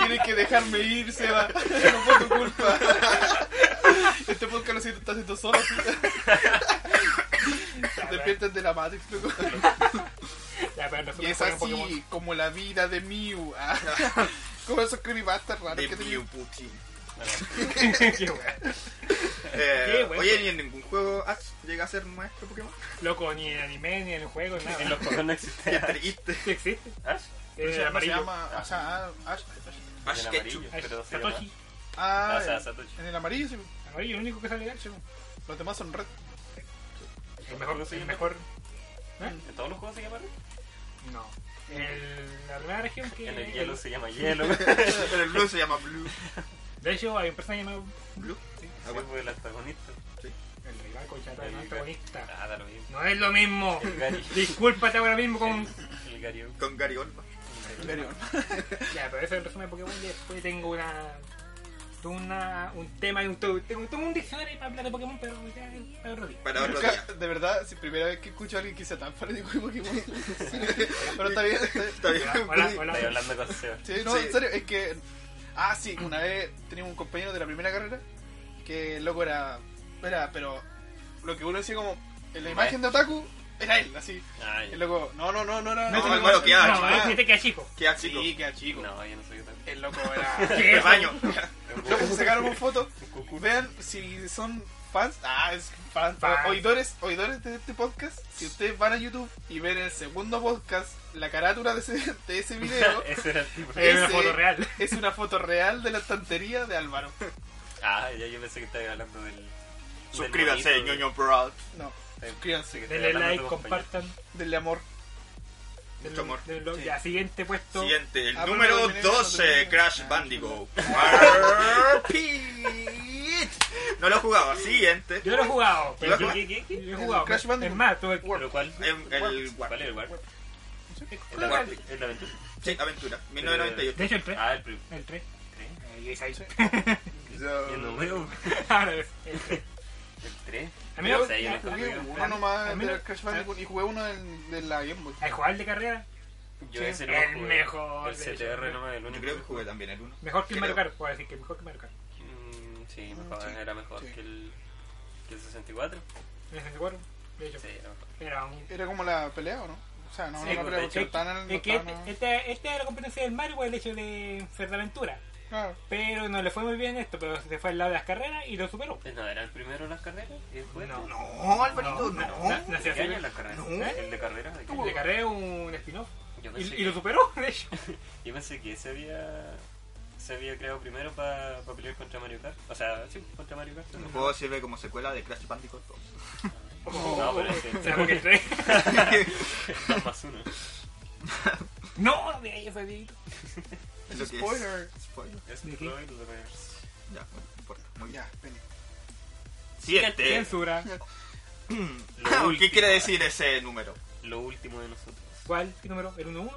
S2: Tienes que dejarme ir, Seba. [laughs] No fue tu culpa. [laughs] Este podcast lo siento, estás haciendo solo. Te despiertas de la
S3: [laughs]
S2: Matrix, loco.
S4: Ya, pero nosotros
S2: Y es
S4: jugamos Pokémon. [laughs]
S2: así como la vida de Mew. [laughs] ah. Como esos creepypastas raros
S3: De
S2: que tenía.
S3: Mew Putin.
S4: Qué wea.
S3: Eh,
S4: Qué bueno.
S3: oye, ni en ningún juego Ash llega a ser maestro
S1: [laughs]
S3: Pokémon.
S4: Loco, ni el anime, ni el juego, nada.
S1: En los juegos no
S3: Qué
S1: existe Ash.
S3: triste.
S4: Sí existe.
S1: Ash.
S2: Pero
S4: Eh,
S2: se, no se
S4: amarillo.
S2: llama. O sea, ah, Ash.
S3: Ash
S1: en
S3: Ketchum.
S1: amarillo,
S4: Ash,
S1: pero se llama
S4: Satoshi.
S2: Ah,
S1: Ah, o sea,
S2: en-
S1: Satoshi.
S2: en el amarillo, sí.
S4: Amarillo, el único que sale de Ash. ¿no?
S2: Los demás son red.
S4: El mejor,
S1: ¿Cómo se
S4: el
S1: llama?
S4: mejor.
S1: ¿En todos los juegos se llama Ash?
S4: No. El- la primera región que.
S1: En el hielo se llama hielo.
S3: [laughs] Pero el blue se llama Blue.
S4: De hecho, hay un personaje llamado.
S3: Blue. Ah,
S4: sí,
S1: Sí, fue el antagonista.
S4: El rival concha,
S1: El
S4: el antagonista.
S1: Ah, da lo mismo.
S4: No es
S1: [laughs]
S4: lo mismo.
S1: El Gary.
S4: Discúlpate ahora mismo con.
S1: El, el Gary.
S3: Con Gary Oldman.
S4: Ya, pero eso es el resumen de Pokémon. Y después tengo una. tengo una un tema y un. Tengo, tengo un diccionario para hablar de Pokémon, pero ya para otro día.
S3: Para otro
S2: Nunca-
S3: día.
S2: de verdad, es la primera vez que escucho a alguien que sea tan fanático de Pokémon. Pero está bien. está bien.
S3: Está bien.
S4: Hola, hola.
S1: Estoy hablando con Seba.
S2: Sí, no,
S3: Sí.
S2: en serio, es que. Ah, sí, una vez teníamos un compañero de la primera carrera que el loco era. Era, pero. Lo que uno decía como. En la imagen de Otaku era él, así.
S1: Ah, ya.
S2: El loco, no, no, no, no, no.
S3: No,
S2: no,
S3: el malo que haga,
S4: No,
S3: chico.
S4: es gente que es chico.
S3: [laughs] Qué asco.
S2: Sí, queda chico.
S1: No, yo no soy tan.
S2: El loco era.
S3: Qué baño.
S2: Loco, se
S1: [laughs]
S2: sacaron una foto.
S1: Cucú.
S2: Vean si son fans. Ah, es fans.
S4: Fans.
S2: Oidores, oidores de este podcast. Si ustedes van a YouTube y ven el segundo podcast, la carátula de ese, de
S1: [laughs]
S2: ese video.
S1: Ese era el tipo.
S4: [laughs] Es una
S2: Ese-
S4: foto real.
S2: Es una foto real de la estantería de Álvaro.
S1: Ah, ya yo pensé que estaba hablando del. del
S3: Suscríbanse,
S1: monito,
S3: ñoño bros.
S2: No,
S1: güey.
S2: suscríbanse.
S1: Pensé que
S4: Denle
S1: estaba hablando de
S4: like,
S1: tu compañero.
S4: compartan.
S2: del amor.
S4: denle-
S3: Mucho amor.
S4: denle like.
S2: Sí.
S4: Ya, siguiente puesto.
S3: Siguiente, el
S2: Ah,
S3: número
S2: pero lo
S3: 12,
S2: tenía-
S3: Crash
S2: Ah,
S3: Bandicoot. Arpit. No lo he jugado. Siguiente.
S4: Yo lo he jugado.
S3: ¿Lo has
S4: Pero yo,
S3: jugado?
S4: yo- yo he
S2: El
S4: jugado.
S2: Crash Bandicoot.
S4: es más, tuve el.
S1: ¿Pero cuál?
S3: El, el
S1: ¿Cuál es el Warp? ¿El
S4: Juega
S1: Warp?
S4: el-
S1: ¿El aventura?
S3: Sí, aventura. 1998.
S4: De hecho, el 3.
S1: Ah, el primero.
S4: El 3. Y es ahí.
S1: El número.
S4: Ahora ves, el 3.
S1: El 3.
S4: A mí me-
S1: Sí, yo nunca
S2: Jugué
S1: jugué.
S2: uno nomás
S4: Al menos-
S2: del Crash Bandicoot y jugué uno del- de la Game Boy.
S4: Al jugar de carrera,
S1: Yo ese no
S4: El
S1: jugué.
S4: mejor,
S1: El
S4: de hecho.
S1: CTR no el
S3: Yo
S1: único.
S3: creo que jugué también el 1.
S4: mejor que el Mario
S3: Creo.
S4: Kart. Puedo decir que mejor que Mario Kart.
S1: Mm, Sí,
S2: Mm,
S1: mejor,
S2: sí.
S1: era mejor
S2: Sí.
S1: que el. que el 64.
S4: En el 64, de hecho.
S1: Sí, era mejor.
S4: Era un.
S2: ¿Era como la pelea o no? O sea, no,
S1: Sí,
S2: no la
S1: pues,
S2: pelea
S1: de
S2: porque
S1: hecho,
S2: están en
S4: Es que
S2: están-
S4: este- esta esta era la competencia del Mario por el hecho de ser de aventura.
S2: Claro.
S4: Pero no le fue muy bien esto, pero se fue al lado de las carreras y lo superó.
S1: Eh, ¿No era el primero en las carreras? ¿Y después?
S4: No.
S3: No, Alvarito,
S4: No,
S3: no.
S4: na- nació
S1: ¿De
S4: así.
S1: qué año en las carreras?
S3: No.
S4: ¿Eh?
S1: ¿El de carreras? ¿De qué año?
S4: Le carré un spin-off.
S1: Yo
S4: Y,
S1: pensé,
S4: y lo superó, de hecho.
S1: yo pensé que se había, se había creado primero para pelear contra Mario Kart. O sea, sí, contra Mario Kart.
S3: El juego sirve como secuela de Crash Bandicoot
S2: [laughs]
S3: 2.
S1: No, pero es que-
S4: O sea, porque el tres-
S1: Dos [laughs] más uno.
S4: No, de ahí ese dedito.
S3: Es lo que es.
S2: Spoiler.
S3: Spoiler.
S1: Es
S4: ¿De qué?
S1: Spoilers.
S3: Ya, bueno, no importa. Muy bien.
S2: Ya, vení.
S3: Siguiente. [clears throat]
S4: Censura.
S1: Lo
S3: Ah, ¿Qué
S1: último.
S3: quiere decir ese número?
S1: Lo último de nosotros.
S4: ¿Cuál? ¿Qué número? ¿El 1-1?
S3: 1-1.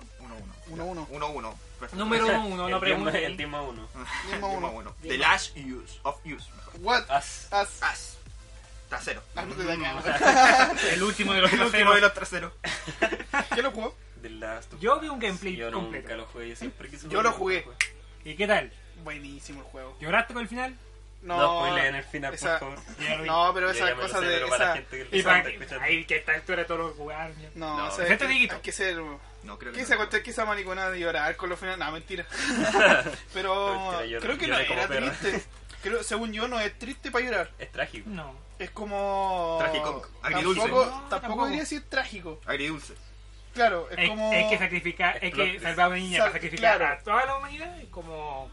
S2: Uno, uno.
S3: 1-1. Perfecto. [laughs]
S4: Número 1,
S1: El
S4: no
S1: diez más-
S4: preguntes.
S1: El tema uno.
S2: Game Boy
S3: Uno,
S2: uno.
S3: uno. The last use. Of use, mejor.
S2: What?
S1: As.
S2: As. Ah,
S3: As. Trasero.
S2: Hazte de acá.
S4: El último de los
S3: El último de los traseros.
S2: ¿Quién lo jugó?
S1: The Last of
S4: Yo vi
S1: Us.
S4: un gameplay
S1: Yo
S4: completo.
S1: nunca lo jugué. Yo, siempre quise
S2: Yo lo
S1: jugarlo. pues.
S2: jugué.
S4: ¿Y qué tal?
S2: Buenísimo el juego.
S4: ¿Lloraste con el final?
S1: No,
S2: No,
S1: no spoiler en el final,
S2: esa-
S1: por favor.
S4: Ya lo vi.
S2: no, pero
S1: Yo
S2: esa
S1: ya me lo
S2: cosa
S1: sé,
S2: de.
S1: pero para
S2: esa-
S1: la gente que
S4: Y
S1: lo
S4: para
S1: está
S4: que.
S1: escuchando.
S4: Ay, que esta altura todos los jugadores.
S2: No,
S1: No,
S2: o sea,
S4: gente
S2: es que-
S4: chiquita.
S2: hay que ser.
S3: No, creo que
S2: ¿Qué
S3: no.
S2: se cuenta que esa mariconada de llorar con los finales?
S1: [laughs]
S2: No, mentira. Pero
S1: Mentira, llora-
S2: creo que no
S1: llora como
S2: era
S1: perra.
S2: triste. Creo, según yo, no es triste para llorar.
S1: Es trágico.
S4: [laughs] No.
S2: Es como.
S3: Trágico, agridulce.
S2: Tampoco,
S4: No,
S2: tampoco
S4: tampoco.
S2: diría si es trágico.
S3: Agridulce.
S2: Claro, es
S4: Es,
S2: como.
S4: es que sacrificar, es que
S1: Explotes.
S4: salvar a una niña
S2: Sa-
S4: para sacrificar
S2: claro.
S4: a toda la humanidad es como.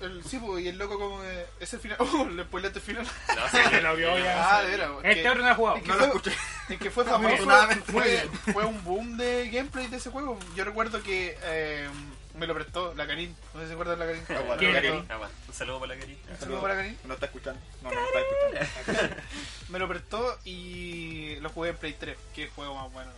S2: el, sí, pues, y el loco como que. Es el final. [laughs] ¡Oh! Le spoilaste el
S4: [laughs]
S2: final.
S1: No,
S4: Se lo vio ya.
S2: Ah, de veras. pues,
S4: Este
S2: que-
S4: ahora no ha jugado.
S2: es que
S3: No lo
S2: fue-
S3: escuché.
S2: Es que fue famoso.
S3: Afortunadamente.
S2: Fue, fue un boom de gameplay de ese juego. Yo recuerdo que. eh, me lo prestó la Karin. No sé si se acuerdan de la Karin.
S3: Aguanta,
S2: Me lo
S4: ¿Quién?
S2: prestó.
S1: Ah, bueno. Un saludo para la querida.
S2: Un saludo para Karin.
S3: No está escuchando. No, no está escuchando.
S2: Me lo prestó y lo jugué en Play 3. Qué juego más bueno.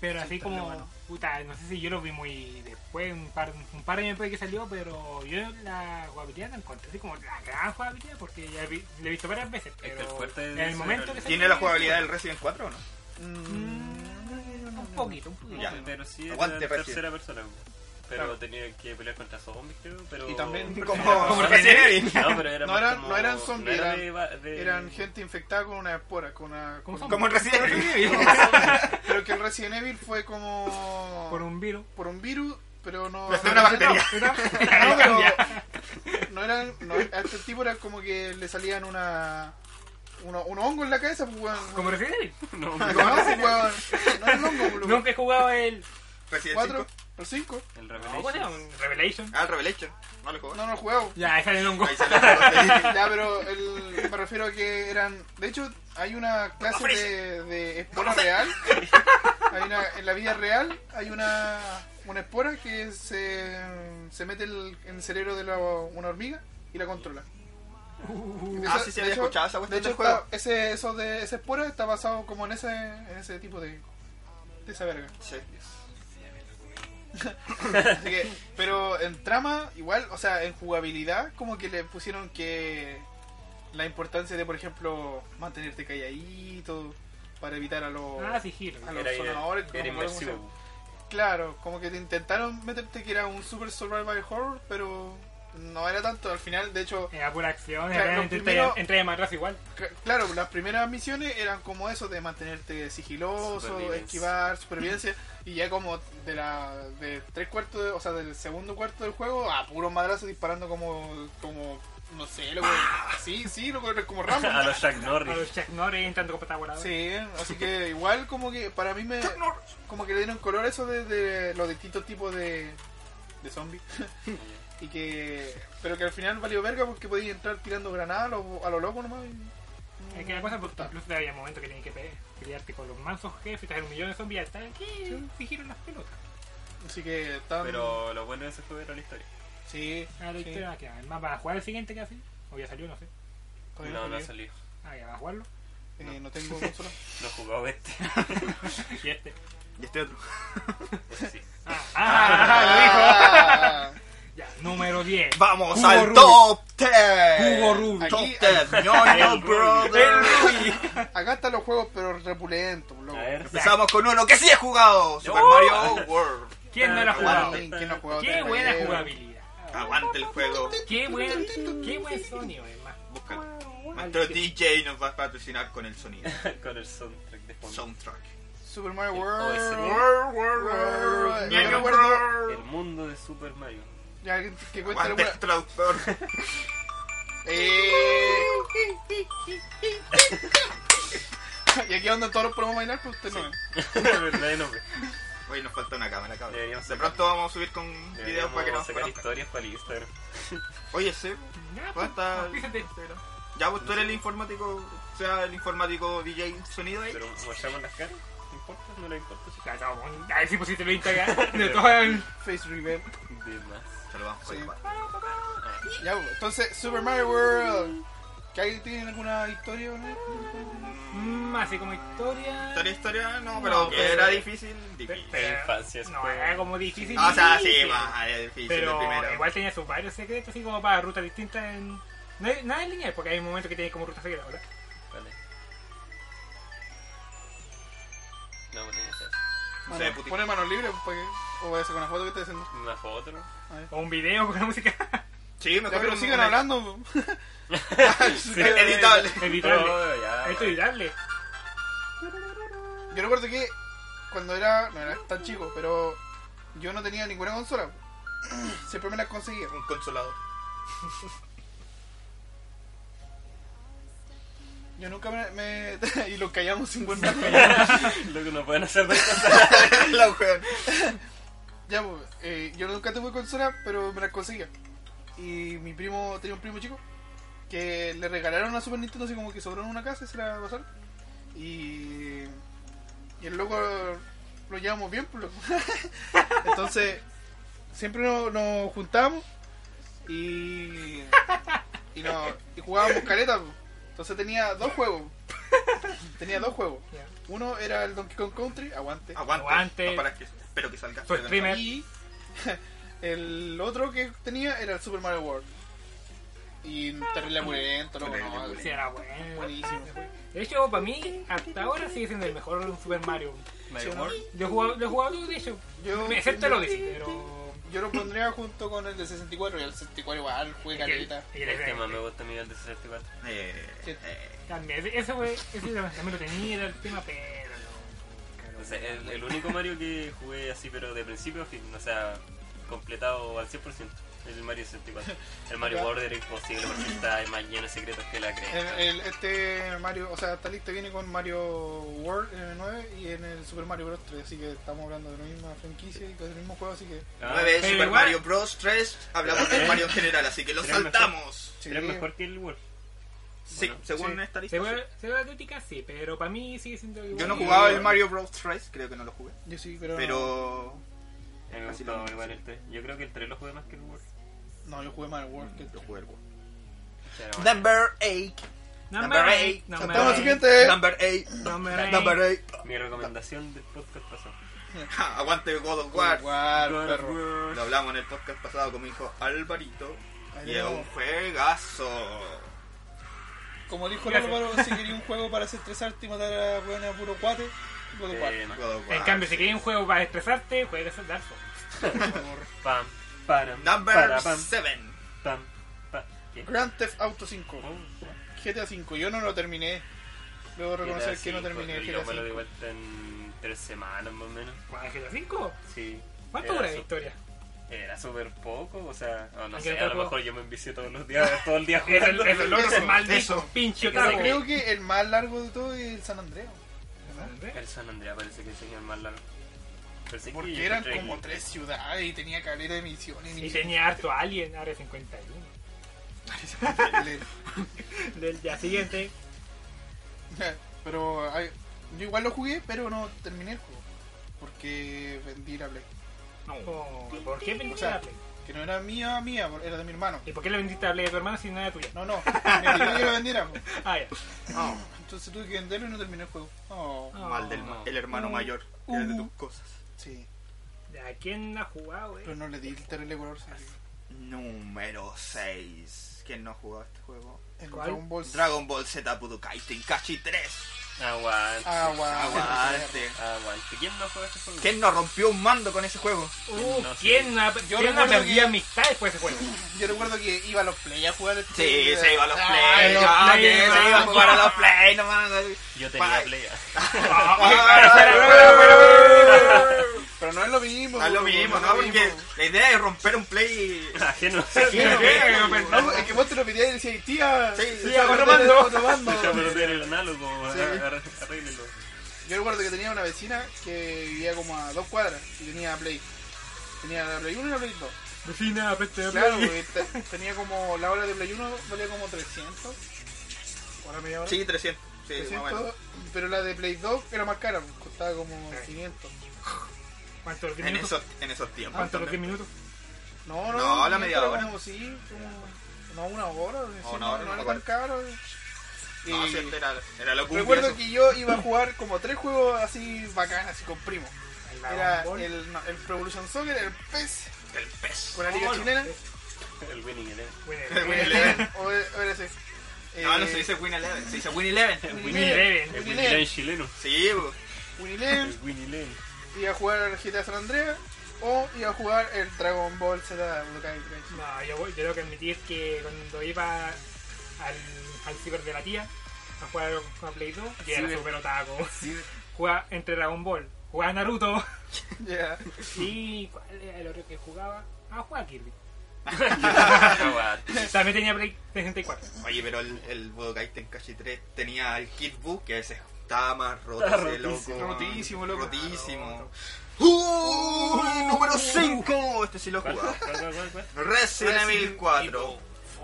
S4: Pero así
S2: Sí,
S4: como,
S2: bueno.
S4: puta, no sé si yo lo vi muy después, un par, un par de años después que salió, pero yo la jugabilidad la encontré así como la gran jugabilidad, porque ya vi- la he visto varias veces,
S1: que el
S4: pero
S1: fuerte
S4: en
S1: de
S4: el
S1: ese
S4: momento
S1: era
S4: que
S1: el-
S3: ¿Tiene la jugabilidad del Resident 4 o no?
S4: Mm, Un poquito, un poquito.
S3: Ya.
S1: Pero sí, era
S3: Aguante,
S1: en
S3: Resident.
S1: tercera persona. güey. Pero
S2: Claro.
S1: tenía que pelear contra zombies, creo. Pero... [laughs]
S2: Y también
S3: Como
S4: Como
S3: Resident
S4: Resident
S3: Evil.
S1: No, pero era
S2: No
S1: más
S2: eran-
S1: como-
S2: no eran zombies,
S1: era
S2: eran-
S1: de va- de-
S2: [laughs] Eran gente infectada con una espora, con una. con-
S4: ¿Cómo son?
S3: Como en Resident Evil.
S2: Pero que el Resident Evil fue como.
S4: [laughs] Por un virus.
S2: por un virus, pero no.
S3: Pero
S2: no
S3: una
S2: no,
S3: bacteria.
S2: pero-
S4: Cambia.
S2: no, no eran. No, a este tipo era como que le salían una. Uno, un hongo en la cabeza, pues, weón.
S4: ¿Como Resident
S1: [laughs] No,
S2: [laughs] No,
S1: no,
S2: pues, weón. No era un hongo,
S4: Evil?
S2: pues, weón.
S4: Nunca he jugado el.
S3: Resident
S2: ¿Cuatro?
S3: 5.
S2: ¿El cinco?
S1: el
S4: No,
S1: Revelation.
S4: bueno, un Revelation.
S3: Ah, el Revelation. No lo jugó.
S2: No, no lo he jugado.
S4: Ya, esa es el hongo.
S3: Ahí sale el
S2: [laughs]
S3: Revelation.
S2: Ya, pero el- me refiero a que eran. De hecho, hay una clase de, de espora real. Hay una, en la vida real hay una, una espora que se, se mete el- en el cerebro de la- una hormiga y la controla.
S3: Ah, sí, sí, había escuchado esa
S2: De
S3: cuestión del
S2: hecho, el juego,
S3: juego.
S2: ese, eso de, esa espora está basado como en ese, en ese tipo de, de
S3: [laughs]
S2: esa verga.
S3: Sí.
S2: Así que, pero en trama, igual, o sea, en jugabilidad, como que le pusieron que la importancia de, por ejemplo, mantenerte calladito para evitar a los.
S4: Ah, sigilo.
S2: Ah, no.
S1: Era,
S2: sonadores,
S1: era,
S2: como
S1: inmersivo.
S2: Claro, como que te intentaron meterte que era un super survival horror, pero no era tanto. Al final, de hecho,
S4: Era pura acción,
S2: Claro,
S4: era
S2: lo
S4: entre
S2: primero-
S4: entre de madrazo igual.
S2: c- claro, las primeras misiones eran como eso de mantenerte sigiloso,
S1: Supervivencia.
S2: esquivar, supervivencia, y ya como de la de tres cuartos, de- o sea, del segundo cuarto del juego a puro madrazo disparando como como no sé, loco. Sí, sí, loco, eres como Rambo.
S1: [laughs] A los Jack
S4: A
S1: Norris.
S4: los Chuck Norris entrando con patada volada.
S2: Sí, así que igual como que para mí me... Como que le dieron color a eso de, de los distintos tipos de, de zombies. y que... Pero que al final valió verga porque podías entrar tirando granadas a lo, a lo loco nomás. y-
S4: Es que la cosa, porque incluso había momentos que tenías que pe- pelearte con los mansos jefes, traer un millón de zombies, están aquí, fijaron las pelotas.
S2: Así que estaban...
S1: Pero lo bueno de ese juego era la historia.
S2: Sí.
S4: Ah, la
S2: sí.
S4: historia va a quedar. Más, ¿vas a jugar el siguiente que así? O ya salió, no sé.
S2: Todavía
S1: No, no ha
S2: jugué.
S1: salido.
S4: Ah, ya va a jugarlo.
S2: Eh, no
S1: [laughs]
S2: tengo consola.
S1: No he jugado este.
S4: Y este.
S3: Y este otro.
S1: Ese Pues sí.
S4: Ah,
S2: Ah,
S4: ah, lo dijo. Ya, número 10.
S3: Vamos
S4: Cubo
S3: al
S4: Rubik.
S3: top 10.
S4: Cubo Rubik.
S3: Top
S2: Aquí-
S3: 10. Ñoño
S4: El
S3: Brother.
S2: Ah, acá están los juegos pero repulentos.
S1: A
S2: loco.
S1: ver.
S3: Empezamos con uno que sí he jugado. Super
S4: No.
S3: Mario World.
S4: ¿Quién no lo ha jugado?
S2: Aguante, ¿quién no ha jugado
S4: Qué
S2: este
S4: buena
S2: juego?
S4: jugabilidad.
S3: Aguante el juego.
S4: Qué buen, qué buen sonido, además.
S3: Búscalo. Nuestro DJ nos va a patrocinar con el sonido.
S1: [laughs] Con el soundtrack de fondo.
S3: Soundtrack.
S2: Super Mario
S1: El
S2: World.
S1: OSD.
S3: World,
S2: World.
S3: Ñoño
S2: Ñoño
S1: El
S3: Brother.
S1: mundo de Super Mario. [laughs]
S2: Ya que, que cuente
S3: Aguante
S2: alguna-
S3: el traductor.
S2: Eh. [laughs] y aquí donde todos los podemos bailar, pues usted no.
S1: Nadie nos ve.
S3: Oye, nos falta una cámara, cabrón.
S1: Deberíamos
S3: De
S1: sacar-
S3: pronto vamos a subir con videos para
S1: Deberíamos
S3: que nos
S1: sacar
S3: conozcan.
S1: historias para el Instagram.
S3: Oye, sí.
S4: Ya,
S3: ¿Dónde
S4: pues,
S3: está?
S4: fíjate.
S3: Ya, vos tú eres el informático, o sea, el informático DJ sonido ahí.
S1: Pero mostramos las caras. ¿No importa? ¿No le importa? sí.
S4: Ya, cabrón. Ahí sí pusiste 20 acá. De todo el...
S2: Face Rebel.
S1: De más.
S3: Se lo vamos a
S2: Sí.
S3: llevar.
S2: Ya, pues, entonces, Super Mario World. ¿Que alguien tiene alguna historia o no?
S4: Mm, así como historia...
S3: Historia, historia, no,
S4: No,
S3: pero que
S4: pero-
S3: era difícil,
S1: [laughs]
S3: difícil.
S1: Pero-
S4: Pero-
S1: infancia,
S4: No,
S1: fue-
S4: era como difícil.
S3: Ah, o sea, sí,
S4: difícil.
S3: más, era difícil el
S4: Pero
S3: primero.
S4: igual tenía sus varios secretos, así como para rutas distintas en... No hay- nada en lineal, porque hay momentos que tienen como rutas secretas, ¿verdad?
S1: Vale. No, no tenía que hacer.
S3: No sé,
S2: Mano,
S3: puti-
S2: pone manos libres, pues, o vaya a con la foto que está haciendo.
S1: Una foto, ¿no?
S4: O un video con la música [laughs]
S3: Sí,
S2: Ya,
S3: mejor
S2: pero
S3: un-
S2: sigan
S3: un-
S2: hablando.
S3: [laughs] [laughs]
S1: [laughs]
S3: Editable.
S4: editable.
S1: Oh, ya,
S4: Esto
S1: vale.
S4: editable.
S2: Yo recuerdo que cuando era, no era tan chico, pero yo no tenía ninguna consola. Siempre me las conseguía.
S3: Un consolador.
S2: Yo nunca me. me- [laughs] y lo callamos sin buen plan.
S1: [laughs] Lo que no pueden hacer de cosas.
S3: La weón.
S2: Ya, pues, eh, yo nunca tuve consola, pero me las conseguía. Y mi primo, tenía un primo chico, que le regalaron una Super Nintendo, así como que sobró en una casa y se la pasaron. Y, y el loco lo llevamos bien, pues. loco. [laughs] Entonces, siempre nos, nos juntábamos y, y, nos- y jugábamos careta, pues. Entonces tenía dos juegos. Tenía dos juegos.
S4: Ya.
S2: Uno era el Donkey Kong Country, aguante.
S3: Aguante.
S4: Aguante.
S3: No, para que, espero que salga.
S4: Su streamer.
S2: Y [laughs] el otro que tenía era el Super Mario World. Y terrible pulento, loco,
S3: Terrible
S2: no,
S3: pulento.
S4: Sí, era bueno.
S2: buenísimo.
S4: De hecho, para mí, hasta ahora sigue siendo el mejor Super Mario.
S1: Mario
S2: Sí, ¿no?
S1: World.
S4: Yo he jugado, lo he jugado todo, de hecho.
S2: Yo,
S4: Excepto el
S2: yo,
S4: Odyssey, pero...
S2: yo lo pondría junto con el de 64 y el 64 igual juega
S4: Es que-
S2: caleta.
S4: es que
S1: El que más
S4: era-
S1: me gusta a mí [laughs] es el de 64.
S3: Eh, eh,
S4: También, ese fue, ese era- también lo tenía, era el tema, pero no.
S1: O sea, el, el único Mario que jugué así, pero de principio a fin. O sea, completado al 100%. El Mario 64. El Mario
S3: [laughs]
S2: Ya.
S1: World era imposible porque está más lleno de secretos que la
S2: El,
S3: Eh,
S1: cresta.
S2: el- este Mario, o sea, esta lista viene con Mario World en el 9 y en el Super Mario Bros 3, así que estamos hablando de la misma franquicia y del mismo juego, así que...
S1: Ah,
S3: 9
S4: pero
S3: Super
S4: igual-
S3: Mario Bros. 3. Hablamos del Mario en general, así que lo
S1: Pero es
S3: saltamos.
S2: sí.
S1: Era mejor que el World.
S3: Sí,
S1: Bueno,
S3: según
S2: sí.
S3: esta lista.
S4: Se
S3: sí.
S4: ve se ve atlética, sí, pero para mí sigue siendo igual.
S3: Yo no
S4: de-
S3: jugaba el Mario Bros. 3, creo que no lo jugué.
S2: Yo sí, pero...
S3: Pero.
S1: A mí me
S3: Así
S1: gustaba
S3: lo-
S1: igual
S3: sí.
S1: el 3. Yo creo que el 3 lo jugué más que el World.
S2: No, yo jugué Mario World. Que...
S3: Lo jugué el juego.
S1: O sea, era bueno.
S3: Number 8.
S4: Number 8.
S3: eight.
S4: Number
S2: Saltamos al
S4: 8.
S2: siguiente.
S3: Number 8.
S4: Number eight.
S3: Number 8.
S1: Mi recomendación del podcast pasado.
S3: Aguante God of War.
S2: War,
S1: God of
S2: perro.
S1: War.
S3: Lo hablamos en el podcast pasado con mi hijo Alvarito.
S2: Ahí
S3: Y es un
S2: tenemos.
S3: juegazo.
S2: Como dijo el Álvaro, si quería un juego para desestresarte y matar a weones a puro cuate, God of War.
S1: Eh,
S3: God of War.
S4: En cambio, si quieres un juego para estresarte, juegas el Dark Souls.
S2: por favor.
S1: Pam, param,
S3: Number
S1: para, pam,
S3: 7.
S1: pam, pa- ¿Qué?
S2: Grand Theft Auto 5.
S1: Oh,
S2: GTA 5, yo no lo terminé. Debo reconocer
S1: GTA
S2: que no
S1: cinco,
S2: terminé
S1: Yo
S2: GTA
S1: me lo di
S2: 5.
S1: vuelta en tres semanas más o menos.
S4: ¿Juegas GTA 5?
S1: Sí.
S4: ¿Cuánto
S1: Era
S4: dura la
S1: su-
S4: historia?
S1: Era súper poco, o sea, no, no
S4: ¿En qué
S1: sé,
S4: otro
S1: a lo
S4: juego?
S1: mejor yo me envicié todos los días, [laughs] todo el día
S4: Es el,
S1: jugando.
S4: es el otro
S2: Eso,
S4: maldito
S3: eso.
S4: pinche
S1: Es que
S4: otaku.
S1: se
S2: Creo que el más largo de todo es el San Andrés. ¿no?
S1: El San Andrea parece que es el más largo. Pero sí que yo
S2: Porque eran
S1: encontré
S2: como
S1: que-
S2: tres ciudades y tenía caleta de misiones.
S4: Y
S2: misiones.
S4: tenía harto Alien, Área 51. Del día siguiente.
S2: [laughs] pero hay- yo igual lo jugué, pero no terminé el juego. Porque vendí la Play.
S4: Oh, ¿Por qué vendiste
S2: O sea,
S4: la Play?
S2: Que no era mía, mía, era de mi hermano.
S4: ¿Y por qué le vendiste la Play a tu hermano si no era tuya?
S2: No, no, me pidió que lo vendiera. po.
S4: Ah, ya.
S3: Oh,
S2: Entonces tuve que venderlo y no terminé el juego. Oh,
S4: Oh.
S3: mal del ma- el hermano mayor. que es de tus cosas.
S2: sí.
S4: ¿A quién ha jugado,
S2: Pero
S4: eh?
S2: no le di el terrible color. sí.
S3: Número 6. ¿Quién no ha jugado este juego?
S2: El
S4: ¿Cuál?
S2: Dragon Ball Z.
S3: Dragon Ball Z Budokai Tenkaichi 3.
S1: Aguante,
S3: Ah,
S2: Agua.
S3: Aguante.
S1: aguante. ¿Quién no juega ese juego?
S3: ¿Quién no rompió un mando con ese juego?
S4: Uh,
S1: No sé.
S4: ¿Quién ha, ¿quién ha
S2: recuerdo
S4: perdido
S2: que-
S4: amistad después de ese juego?
S2: Yo recuerdo que iba a los play a jugar. este-
S3: Sí, se iba a los
S2: Ah,
S3: play.
S2: los
S3: ya,
S2: play, ah,
S3: que se
S2: vamos.
S3: iba a jugar a los play. No, no, no.
S1: Yo tenía
S3: Bye.
S1: Play. [laughs]
S3: Ah, espera, espera, espera.
S2: Pero no es lo mismo.
S3: No es lo
S2: po,
S3: mismo,
S2: es
S3: ¿no?
S2: lo
S3: Porque
S2: mismo.
S3: la idea es romper un play.
S1: Ajeno. [laughs]
S4: Sí, no, no, no, no,
S2: No, es que vos te lo pedías y decías, tía.
S3: Sí,
S2: se
S3: sí,
S2: está
S3: otro
S2: perdiendo
S3: mando.
S2: otro mando.
S1: Deja perder el análogo,
S2: Sí.
S1: ar- arréglenlo.
S2: Yo recuerdo que tenía una vecina que vivía como a dos cuadras y tenía play. Tenía la play 1 y la play 2.
S4: Vecina, apete de
S2: Claro, porque te- tenía como la hora de play 1 valía como 300. Ahora media hora.
S3: Sí, 300. Sí, más o
S2: 300,
S3: menos.
S2: pero la de Play 2 era más cara, costaba como
S4: Sí.
S2: 500.
S4: ¿Cuánto? ¿Qué
S3: En
S4: minutos?
S3: esos, en esos tiempos.
S4: ¿Cuánto?
S3: entonces.
S4: ¿Qué minutos?
S2: No, no,
S3: No, la media
S2: era
S3: hora.
S2: Como, sí, como, no, una hora, sí,
S3: una
S2: no,
S3: hora, no
S2: no era
S3: me
S2: tan
S3: acuerdo.
S2: caro. Y
S3: No, sí, era, era lo
S2: recuerdo que yo iba a jugar como tres juegos así bacanas, así con primo. Era el, no, el Pro Evolution Soccer, el PES,
S3: El pez.
S2: con la liga chilena,
S1: El Winning Eleven.
S3: el Win
S4: Winnie
S3: Eleven.
S2: [laughs] o, el- o E era ese.
S3: E No, no
S2: Eh,
S3: se dice Win Eleven. Se dice Win Eleven.
S2: Win
S1: El
S4: Eleven.
S2: Win
S1: Winning Eleven
S2: Eleven,
S1: chileno.
S3: Sí, bo.
S2: Win Eleven,
S1: El Winning Eleven.
S2: iba a jugar al GTA San Andreas o iba a jugar el Dragon Ball Z Budokai Tenkaichi.
S4: No, yo, yo tengo que admitir que cuando iba al, al ciber de la tía a jugar con Play 2, yo era
S2: Ciber.
S4: super otaku.
S2: Sí,
S4: [laughs] Jugaba entre Dragon Ball, jugaba Naruto [laughs]
S2: [laughs] ya.
S4: y ¿cuál era el otro que jugaba? Ah, jugaba Kirby.
S1: Aguante.
S4: También tenía Play 64.
S3: Oye, pero el, el Budokai Tenkaichi 3 tenía al Kid Buu, que ese estaba más roto
S1: Está
S3: ese
S1: rotísimo.
S3: loco.
S2: Rotísimo, loco.
S3: Rotísimo. ¡Uy! Número 5. Este sí lo
S1: ¿Cuál, cuál,
S3: jugaba.
S1: cuál, cuál, cuál?
S3: Resident Evil 4.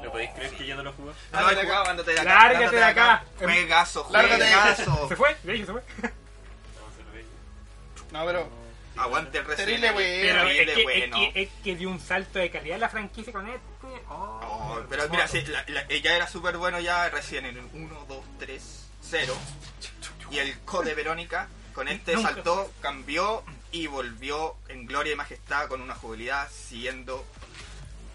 S1: ¿Lo podéis creer que yo no lo jugué?
S3: No lo he jugado, ándate de acá.
S4: Lárgate
S3: ándate
S4: de acá.
S3: Juegazo,
S2: Lárgate de acá.
S3: juegazo.
S4: ¿Se fue? De hecho, se fue.
S1: No, se lo veis.
S2: No, pero
S3: Aguante el Resident
S2: terrible,
S3: Evil.
S2: güey.
S4: Pero es
S3: Terrible,
S4: que,
S3: bueno.
S4: es, que, es que dio un salto de calidad la franquicia con este.
S3: Oh,
S4: Oh,
S3: pero mira, sí, la- la- ya era súper bueno ya recién en 1, 2, 3, 0. Y el Code Verónica con este
S4: Nunca.
S3: saltó, cambió y volvió en gloria y majestad con una jugabilidad siguiendo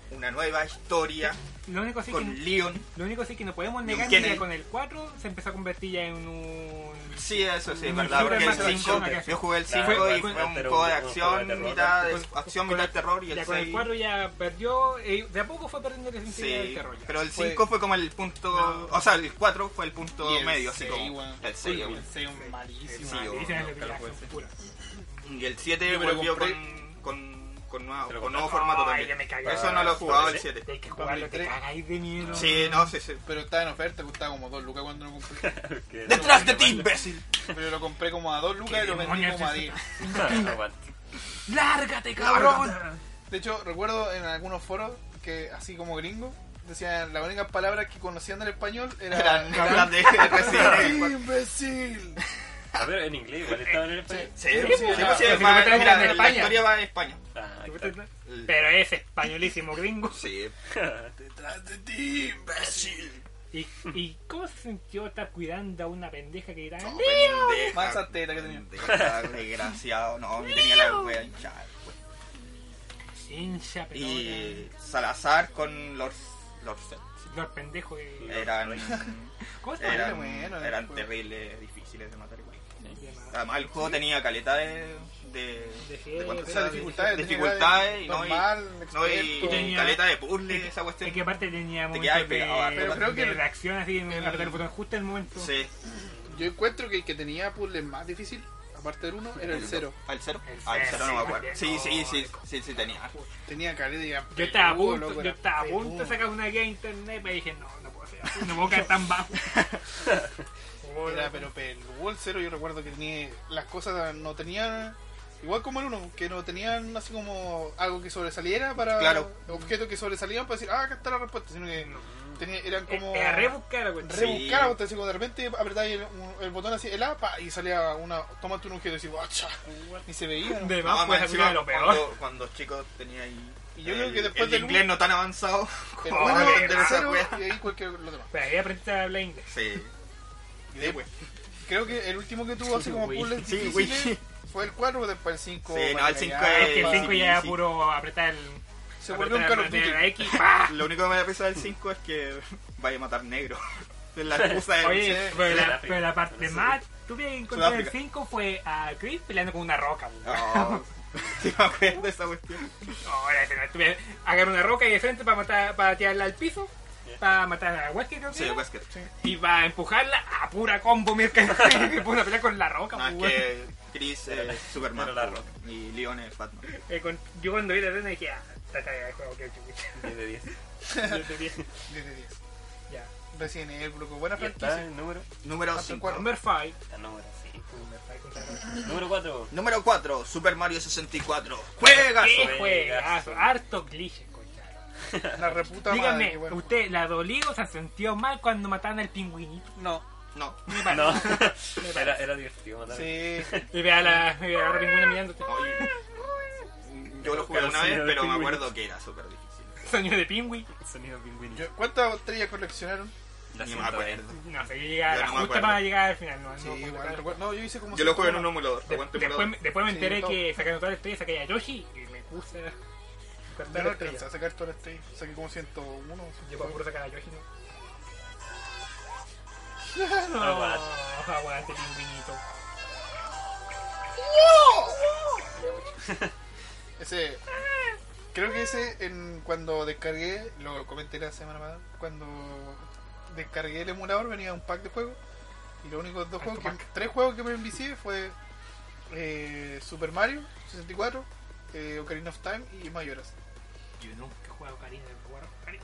S3: una nueva historia
S4: Lo único sí
S3: con
S4: que
S3: Leon.
S4: Lo único sí que no podemos
S3: ¿Y
S4: negar
S3: quién
S4: que
S3: es?
S4: con el 4 se empezó a convertir ya en un...
S3: Sí, eso sí, es
S4: Un
S3: verdad, porque el
S4: supermaster
S3: 5,
S4: action.
S3: yo jugué el
S1: Claro,
S3: 5 y
S1: con-
S3: fue
S1: pero
S3: un juego de
S1: un juego de
S3: acción,
S1: terror,
S3: mitad de
S4: con-
S3: acción,
S4: con-
S3: mitad terror y
S4: Ya
S3: el
S4: con el
S3: 6...
S4: 4 ya perdió, eh, de a poco fue perdiendo el sentido del
S3: Sí,
S4: terror ya.
S3: pero el
S2: Fue-
S3: 5 fue como el punto,
S4: No.
S3: o sea, el 4 fue el punto
S2: Y el
S3: medio, así
S2: seis,
S3: como
S2: weón.
S3: el 6,
S2: El sello malísimo.
S3: Sí,
S4: Ah,
S3: yo
S4: dicen
S3: nunca
S4: el
S3: lo
S4: viaje,
S3: jugué.
S4: pura.
S3: Y el 7
S2: Yo me lo
S3: volvió
S2: compré.
S3: con, con, con, nueva-
S1: Se lo compré.
S3: con nuevo formato
S4: Ay,
S3: también.
S4: yo me cagué.
S3: Eso no lo he jugado el 7.
S4: Hay que jugarlo, te
S2: Play tres.
S4: cagáis de miedo.
S3: Sí, no, sí, sí.
S2: Pero estaba en oferta, costaba como 2 lucas cuando lo compré.
S3: [laughs]
S1: Que-
S3: ¡Detrás de ti, imbécil!
S2: Pero lo compré como a 2 lucas y lo vendí
S4: demonios
S2: como a
S4: es
S1: [laughs]
S2: 10.
S1: Aguante.
S4: ¡Lárgate, cabrón!
S2: De hecho, recuerdo en algunos foros que, así como gringo, decían las únicas palabras que conocían del español era...
S3: Eran
S2: [laughs]
S3: eran [laughs] de Resident Evil.
S2: ¡Imbécil!
S1: A ver, en inglés igual estaba en el español.
S3: Sí,
S2: Sí,
S3: sí,
S2: pues,
S3: sí,
S2: era-
S3: pues, sí,
S4: pero si
S3: va-
S4: no traes
S3: mira,
S4: una de
S3: la
S4: España.
S3: historia va en España.
S1: Ah, ahí está.
S4: Pero es españolísimo gringo.
S3: Sí.
S2: Detrás de ti, imbécil.
S4: ¿Y, ¿Y cómo se sintió estar cuidando a una pendeja que era...
S3: No, pendeja,
S2: Más satélite que tenía.
S3: pendeja, Desgraciado, no, me tenía la wea hinchada. güey.
S4: Hincha, pelota.
S3: Y Salazar con los Lorset.
S4: No, el pendejo que...
S3: Eran,
S4: ¿Cómo se llama?
S2: Era
S3: eran,
S2: bueno, eh,
S3: eran
S2: güey.
S3: terribles, difíciles de matar. güey.
S4: De-
S3: Además, el juego tenía caleta de. de,
S4: De
S3: de cuánto-
S2: O sea, dificultades. tenía
S3: Dificultades, y no, y-
S2: normal,
S3: no, y,
S2: experto.
S4: Y tenía-
S3: caleta de puzzles, esa
S4: Es
S3: cuestión.
S4: que aparte tenía
S3: Te
S4: momentos
S3: quedas
S4: de,
S3: pegado harto.
S2: Pero creo
S4: de
S2: que-
S4: reacción así, en
S2: el-
S4: apretar el botón justo en el momento.
S3: Sí.
S2: Yo encuentro que el que tenía puzzles más difícil, aparte del 1, era el 0.
S3: Ah, ¿El cero?
S4: El
S3: Ah, el
S4: cero,
S3: cero no me
S4: sí,
S3: acuerdo. Sí, sí, sí,
S4: no.
S3: sí, sí, tenía.
S2: Tenía calidad.
S4: Yo estaba a punto, yo estaba a punto de sacar una guía de internet, pero dije, no, no puedo hacer así, no puedo caer tan
S2: [laughs]
S4: bajo.
S2: Era, pero peludo el 0, yo recuerdo que tenía, las cosas no tenían, igual como el 1, que no tenían así como algo que sobresaliera para
S3: Claro.
S2: objetos que sobresalían para decir, ah, acá está la respuesta, sino que
S4: Mm.
S2: tenía- eran como
S4: Era rebuscar la cuestión.
S2: rebuscar, o te decía, como de repente apretáis el, un- el botón así, el A, pa, y salía una, tómate un objeto y decís, guacha, y se veía. ¿no?
S4: De
S3: No,
S4: más,
S3: más
S4: pues así
S3: encima,
S4: era lo peor.
S3: cuando, cuando chicos tenía ahí.
S2: Y yo creo que
S3: el-
S2: después
S3: el
S2: del
S3: inglés
S2: uno-
S3: no tan avanzado. [laughs]
S2: El
S3: como
S2: 1,
S4: Joder,
S3: para
S2: el
S3: aprender esa
S2: 0,
S3: wea.
S2: y ahí cualquier lo demás.
S4: Pero ahí aprendiste a hablar inglés.
S3: Sí.
S2: Y de- Creo que el último que tuvo así como
S4: Sí,
S2: puzzles
S3: sí,
S2: difíciles
S3: güey.
S2: fue el 4, después el 5.
S3: Sí, no, el cinco
S4: Es que el
S3: Ah,
S4: 5
S3: sí,
S4: ya era
S3: sí.
S4: puro apretar el...
S2: Se volvió un
S4: apretar
S2: Call of Duty.
S4: La X,
S3: [laughs]
S4: ¡pah!
S3: Lo único que me da pesar del 5 es que vaya a matar negro. [laughs] Es la excusa de.
S4: Oye,
S2: Sí,
S4: pero
S1: sí,
S4: la,
S1: Sudáfrica.
S4: pero la parte más tuve que encontrar el
S3: Sudáfrica.
S4: 5 fue a Chris peleando con una roca. güey.
S3: [laughs] No, sí me acuerdo "Oh, de esa cuestión.
S4: Ahora, este, al final tuve que agarrar una roca y de frente para matar, para tirarla al piso, para matar a Wesker, creo que
S3: Sí,
S4: era,
S3: Wesker.
S4: y para empujarla a pura combo, mira que [laughs] que puso a pelear con la roca.
S3: No, es
S4: pues,
S3: que Chris
S1: Era la-
S3: es Superman.
S1: era la roca.
S3: Y Leon es Batman.
S4: güey. Eh, con- yo cuando vi la escena dije, ah, esta está de juego, que
S3: [laughs]
S4: chucha.
S1: 10 de 10.
S4: Yo te dije,
S2: 10 de 10.
S4: Ya.
S2: Recién el bloque. Buena
S1: Ya está
S2: franquicia.
S1: el número.
S3: Número
S2: Hasta
S3: 5.
S2: cuatro.
S4: Number 5.
S1: Ah, número 5. Número 4.
S3: Número 4, Super Mario 64. ¡Juegas!
S4: ¡Qué
S1: Juegazo.
S4: juegazo! Harto glitch, concha.
S2: La reputa madre.
S3: eh,
S4: Díganme,
S2: que bueno.
S4: ¿usted la dolido se sintió mal cuando mataban al pingüinito?
S2: No.
S3: No,
S4: Me parece.
S1: No. Era, era divertido matar.
S2: Sí.
S4: Y ve a la, y ve a la otra pingüina mirándote.
S3: Oye, yo lo jugué
S1: Pero
S3: una
S1: sí,
S3: vez,
S1: era
S3: pero me
S1: pingüino.
S3: acuerdo que era súper difícil.
S4: Sueño de pingüi.
S1: Sonido pingüino.
S2: Yo- ¿Cuántas estrellas coleccionaron?
S3: Ah,
S1: La
S3: Ni me
S1: siento
S3: acuerdo.
S1: bien.
S4: No sé, yo llegaba
S3: Yo
S4: la
S3: no me
S4: justa
S3: acuerdo.
S4: para llegar al final. No,
S2: Sí,
S4: no,
S2: igual.
S4: no.
S2: recuerdo. No, yo hice como.
S3: Yo lo jugué en un
S2: cinco más.
S3: emulador,
S4: De-
S3: aguante
S4: después, me-
S3: emulador.
S4: después me
S2: Sí,
S4: enteré
S2: todo.
S4: que sacando todas las estrellas saqué a Yoshi y me puse a sacar
S2: No,
S4: todas
S2: no
S4: las
S2: alcancé a
S4: estrellas.
S2: sacar todas las estrellas. Saqué como 101.
S4: Yo para puro sacar a Yoshi, ¿no?
S2: [laughs]
S4: No,
S1: Aguante.
S4: [laughs] aguante, pingüinito.
S2: Ese. Creo que ese, en, cuando descargué, lo comenté la semana pasada, cuando descargué el emulador venía un pack de juegos. Y los únicos
S3: Ah,
S2: dos juegos, que, tres juegos que me envicié fue eh, Super Mario 64, eh, Ocarina of Time y Mayoras.
S4: Yo nunca he jugado Karina, nunca he jugado Karina.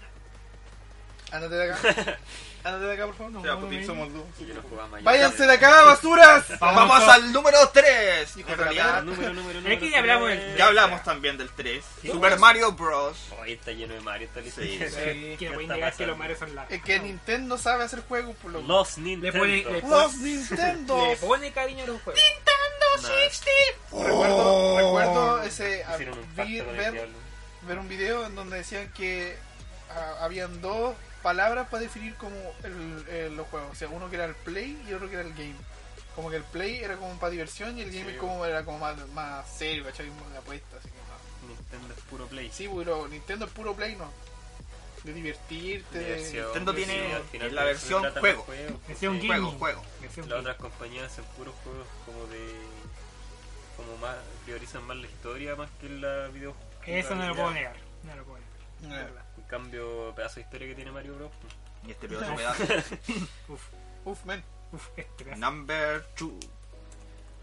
S2: Ándate
S3: [laughs]
S2: de acá. Ándate de acá, por favor.
S3: O
S2: No,
S3: sea,
S2: no
S3: porque
S2: me-
S3: somos dos.
S1: eh. Yo no jugaba mayor.
S2: ¡Váyanse de acá, basuras!
S3: Vamos, al número 3.
S1: En realidad, número, número, número.
S4: Aquí ya hablamos del-
S1: tres.
S3: Ya hablamos también del 3.
S1: Sí.
S3: Super Mario Bros.
S1: Oye, está lleno de Mario, está listo.
S3: Sí.
S4: Pero es Eh, Que no voy a negar que los mares son la.
S2: Es que Nintendo sabe hacer juegos, por lo
S1: Los
S4: Le
S1: Nintendo.
S4: pone- le-
S2: ¡Los Nintendo!
S4: [laughs] Le pone cariño a los juegos.
S2: Recuerdo, recuerdo ese. a-
S1: Hicieron un
S2: vi-
S1: pacto con el
S2: ver,
S1: diablo.
S2: ver un video en donde decían que ah, habían dos palabras para definir como el- el- los juegos. O sea, uno que era el play y otro que era el game. Como que el play era como para diversión y el game
S1: Sí.
S2: es como, era como más, más serio, ¿cachai? Como de apuesta, así que no.
S1: Nintendo es puro play.
S2: Sí, pero Nintendo es puro play, ¿no? De divertirte. Eh, de-
S1: Diversión,
S3: Nintendo
S1: sí,
S3: tiene
S1: al final
S3: la
S1: todo
S3: versión
S1: se trata
S3: juego.
S1: de juegos, pues,
S4: Versión
S1: sí.
S4: game.
S3: Juego, juego.
S4: Me fui un
S1: Las
S4: poco.
S1: otras compañías hacen puros juegos como de. como más. priorizan más la historia más que la video.
S4: Eso no lo
S1: jugabilidad.
S4: puedo negar. No lo puedo negar.
S2: Eh,
S1: En cambio, pedazo de historia que tiene Mario Bros.
S3: Y este pedazo me da.
S4: Uf,
S2: Uf, men.
S4: uf, este pedazo.
S3: Number 2.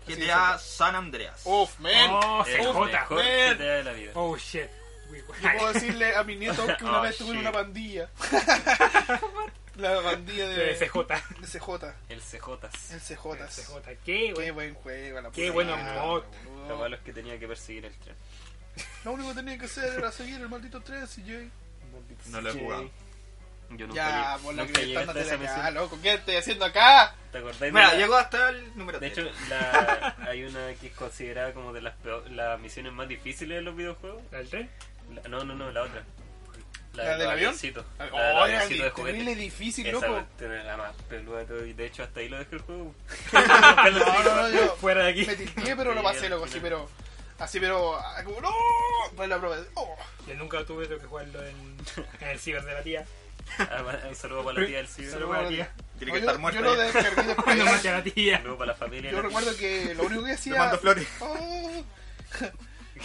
S3: GTA San Andreas.
S2: Uf, man.
S4: Oh,
S1: El
S4: CJ.
S1: mejor
S2: man.
S1: GTA de la vida.
S4: Oh shit. We-
S2: Yo puedo decirle a mi nieto que una
S1: Oh,
S2: vez estuve en
S1: shit.
S2: una pandilla. la pandilla de,
S4: [laughs] De CJ.
S2: de CJ.
S1: El CJ.
S2: El CJ.
S4: CJ. ¿Qué,
S2: Qué
S4: güey?
S2: buen juego, la
S4: Qué
S2: puta
S4: buena
S2: madre,
S4: mod.
S2: boludo.
S1: Lo malo es que tenía que perseguir el tren.
S2: Lo único que tenía que hacer era seguir el maldito tren, CJ.
S3: No lo he
S1: Sí.
S3: jugado.
S1: Yo nunca
S2: Ya,
S1: llegué-
S2: por la
S1: nunca
S2: que
S1: llegué hasta
S2: andate de
S1: esa
S2: acá,
S1: misión.
S2: loco. ¿Qué estoy haciendo acá?
S1: ¿Te acordás? de
S3: Mira,
S1: la-
S3: llegó hasta el número
S1: De
S3: 3.
S1: hecho,
S2: [laughs]
S1: la, hay una que es considerada como de las, peor- las misiones más difíciles de los videojuegos.
S4: ¿La del tren?
S1: La- no, no, no, la otra.
S2: ¿La del
S1: los
S2: avión?
S1: avioncitos. La del
S2: Oh, era
S1: avioncito de juguete.
S2: terrible difícil,
S1: Esa
S2: loco.
S1: cuestión es la más peluda de todo. Y de hecho, hasta ahí lo dejé el
S2: [laughs]
S1: juego. [laughs]
S2: No, no, no, yo
S4: Fuera de aquí.
S2: me tilteé, pero lo pasé, loco. Así, pero. Así, pero. ah, Como, no. Pues la prueba. Oh.
S4: Yo nunca tuve tengo que jugarlo en, en el ciber de
S1: [laughs]
S4: la tía.
S1: Ah, bueno, Un saludo para la tía del ciber.
S4: Solo para
S1: [laughs]
S4: la tía. [laughs]
S3: Tiene que
S2: No, yo-
S3: estar muerto.
S2: Yo lo
S3: ya.
S2: descargué
S4: Cuando maté
S2: después.
S4: a la tía.
S1: saludo para la familia.
S2: Yo recuerdo que lo único
S1: [laughs]
S2: que
S3: Te
S2: hacía.
S3: mando flores.
S2: Oh. [laughs]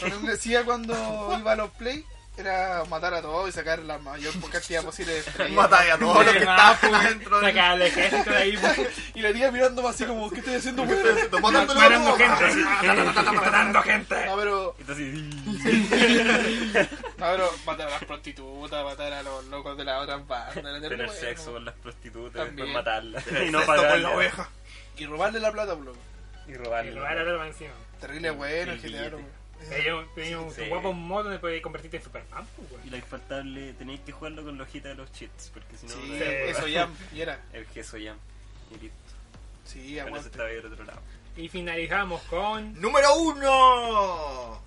S2: Lo único que hacía cuando iba a los play era matar a todos y sacar la mayor cantidad posible
S1: [laughs]
S3: [laughs]
S2: de estrellas.
S3: Matar a todos los que estaban adentro del [laughs]
S4: Saca al ejército de
S1: [laughs]
S4: ahí. pues. [laughs]
S2: Y la tía mirándome así como, ¿qué estoy haciendo, weón?
S3: Matándolo a
S4: Matando
S3: todos.
S4: gente. Matando gente.
S2: No, pero,
S1: Entonces,
S2: no, pero matar a las prostitutas, matar a los locos de la otra banda. la terrible,
S1: tener
S2: bueno.
S1: sexo con las prostitutas,
S2: También.
S1: después
S2: [laughs]
S1: matarlas. Y no
S3: Esto con la
S1: pagarlas.
S3: oveja.
S2: Y robarle la plata, bro.
S1: Y
S4: Y robar a
S1: robarlas.
S4: la encima.
S2: Terrible, bueno,
S1: el
S2: el GTA,
S1: billete.
S4: Ellos tenían un
S1: Sí.
S4: guapo modo donde podías convertirte en Superman. pues, güey.
S1: Y la infaltable, tenéis que jugarlo con la hojita de los cheats. Porque si no,
S2: Sí,
S1: no
S4: eh,
S2: eso ya, y era.
S1: El queso jam. Y listo.
S2: Sí,
S1: Con eso
S2: aguante.
S1: estaba ahí del otro lado.
S4: Y finalizamos con.
S3: Número 1.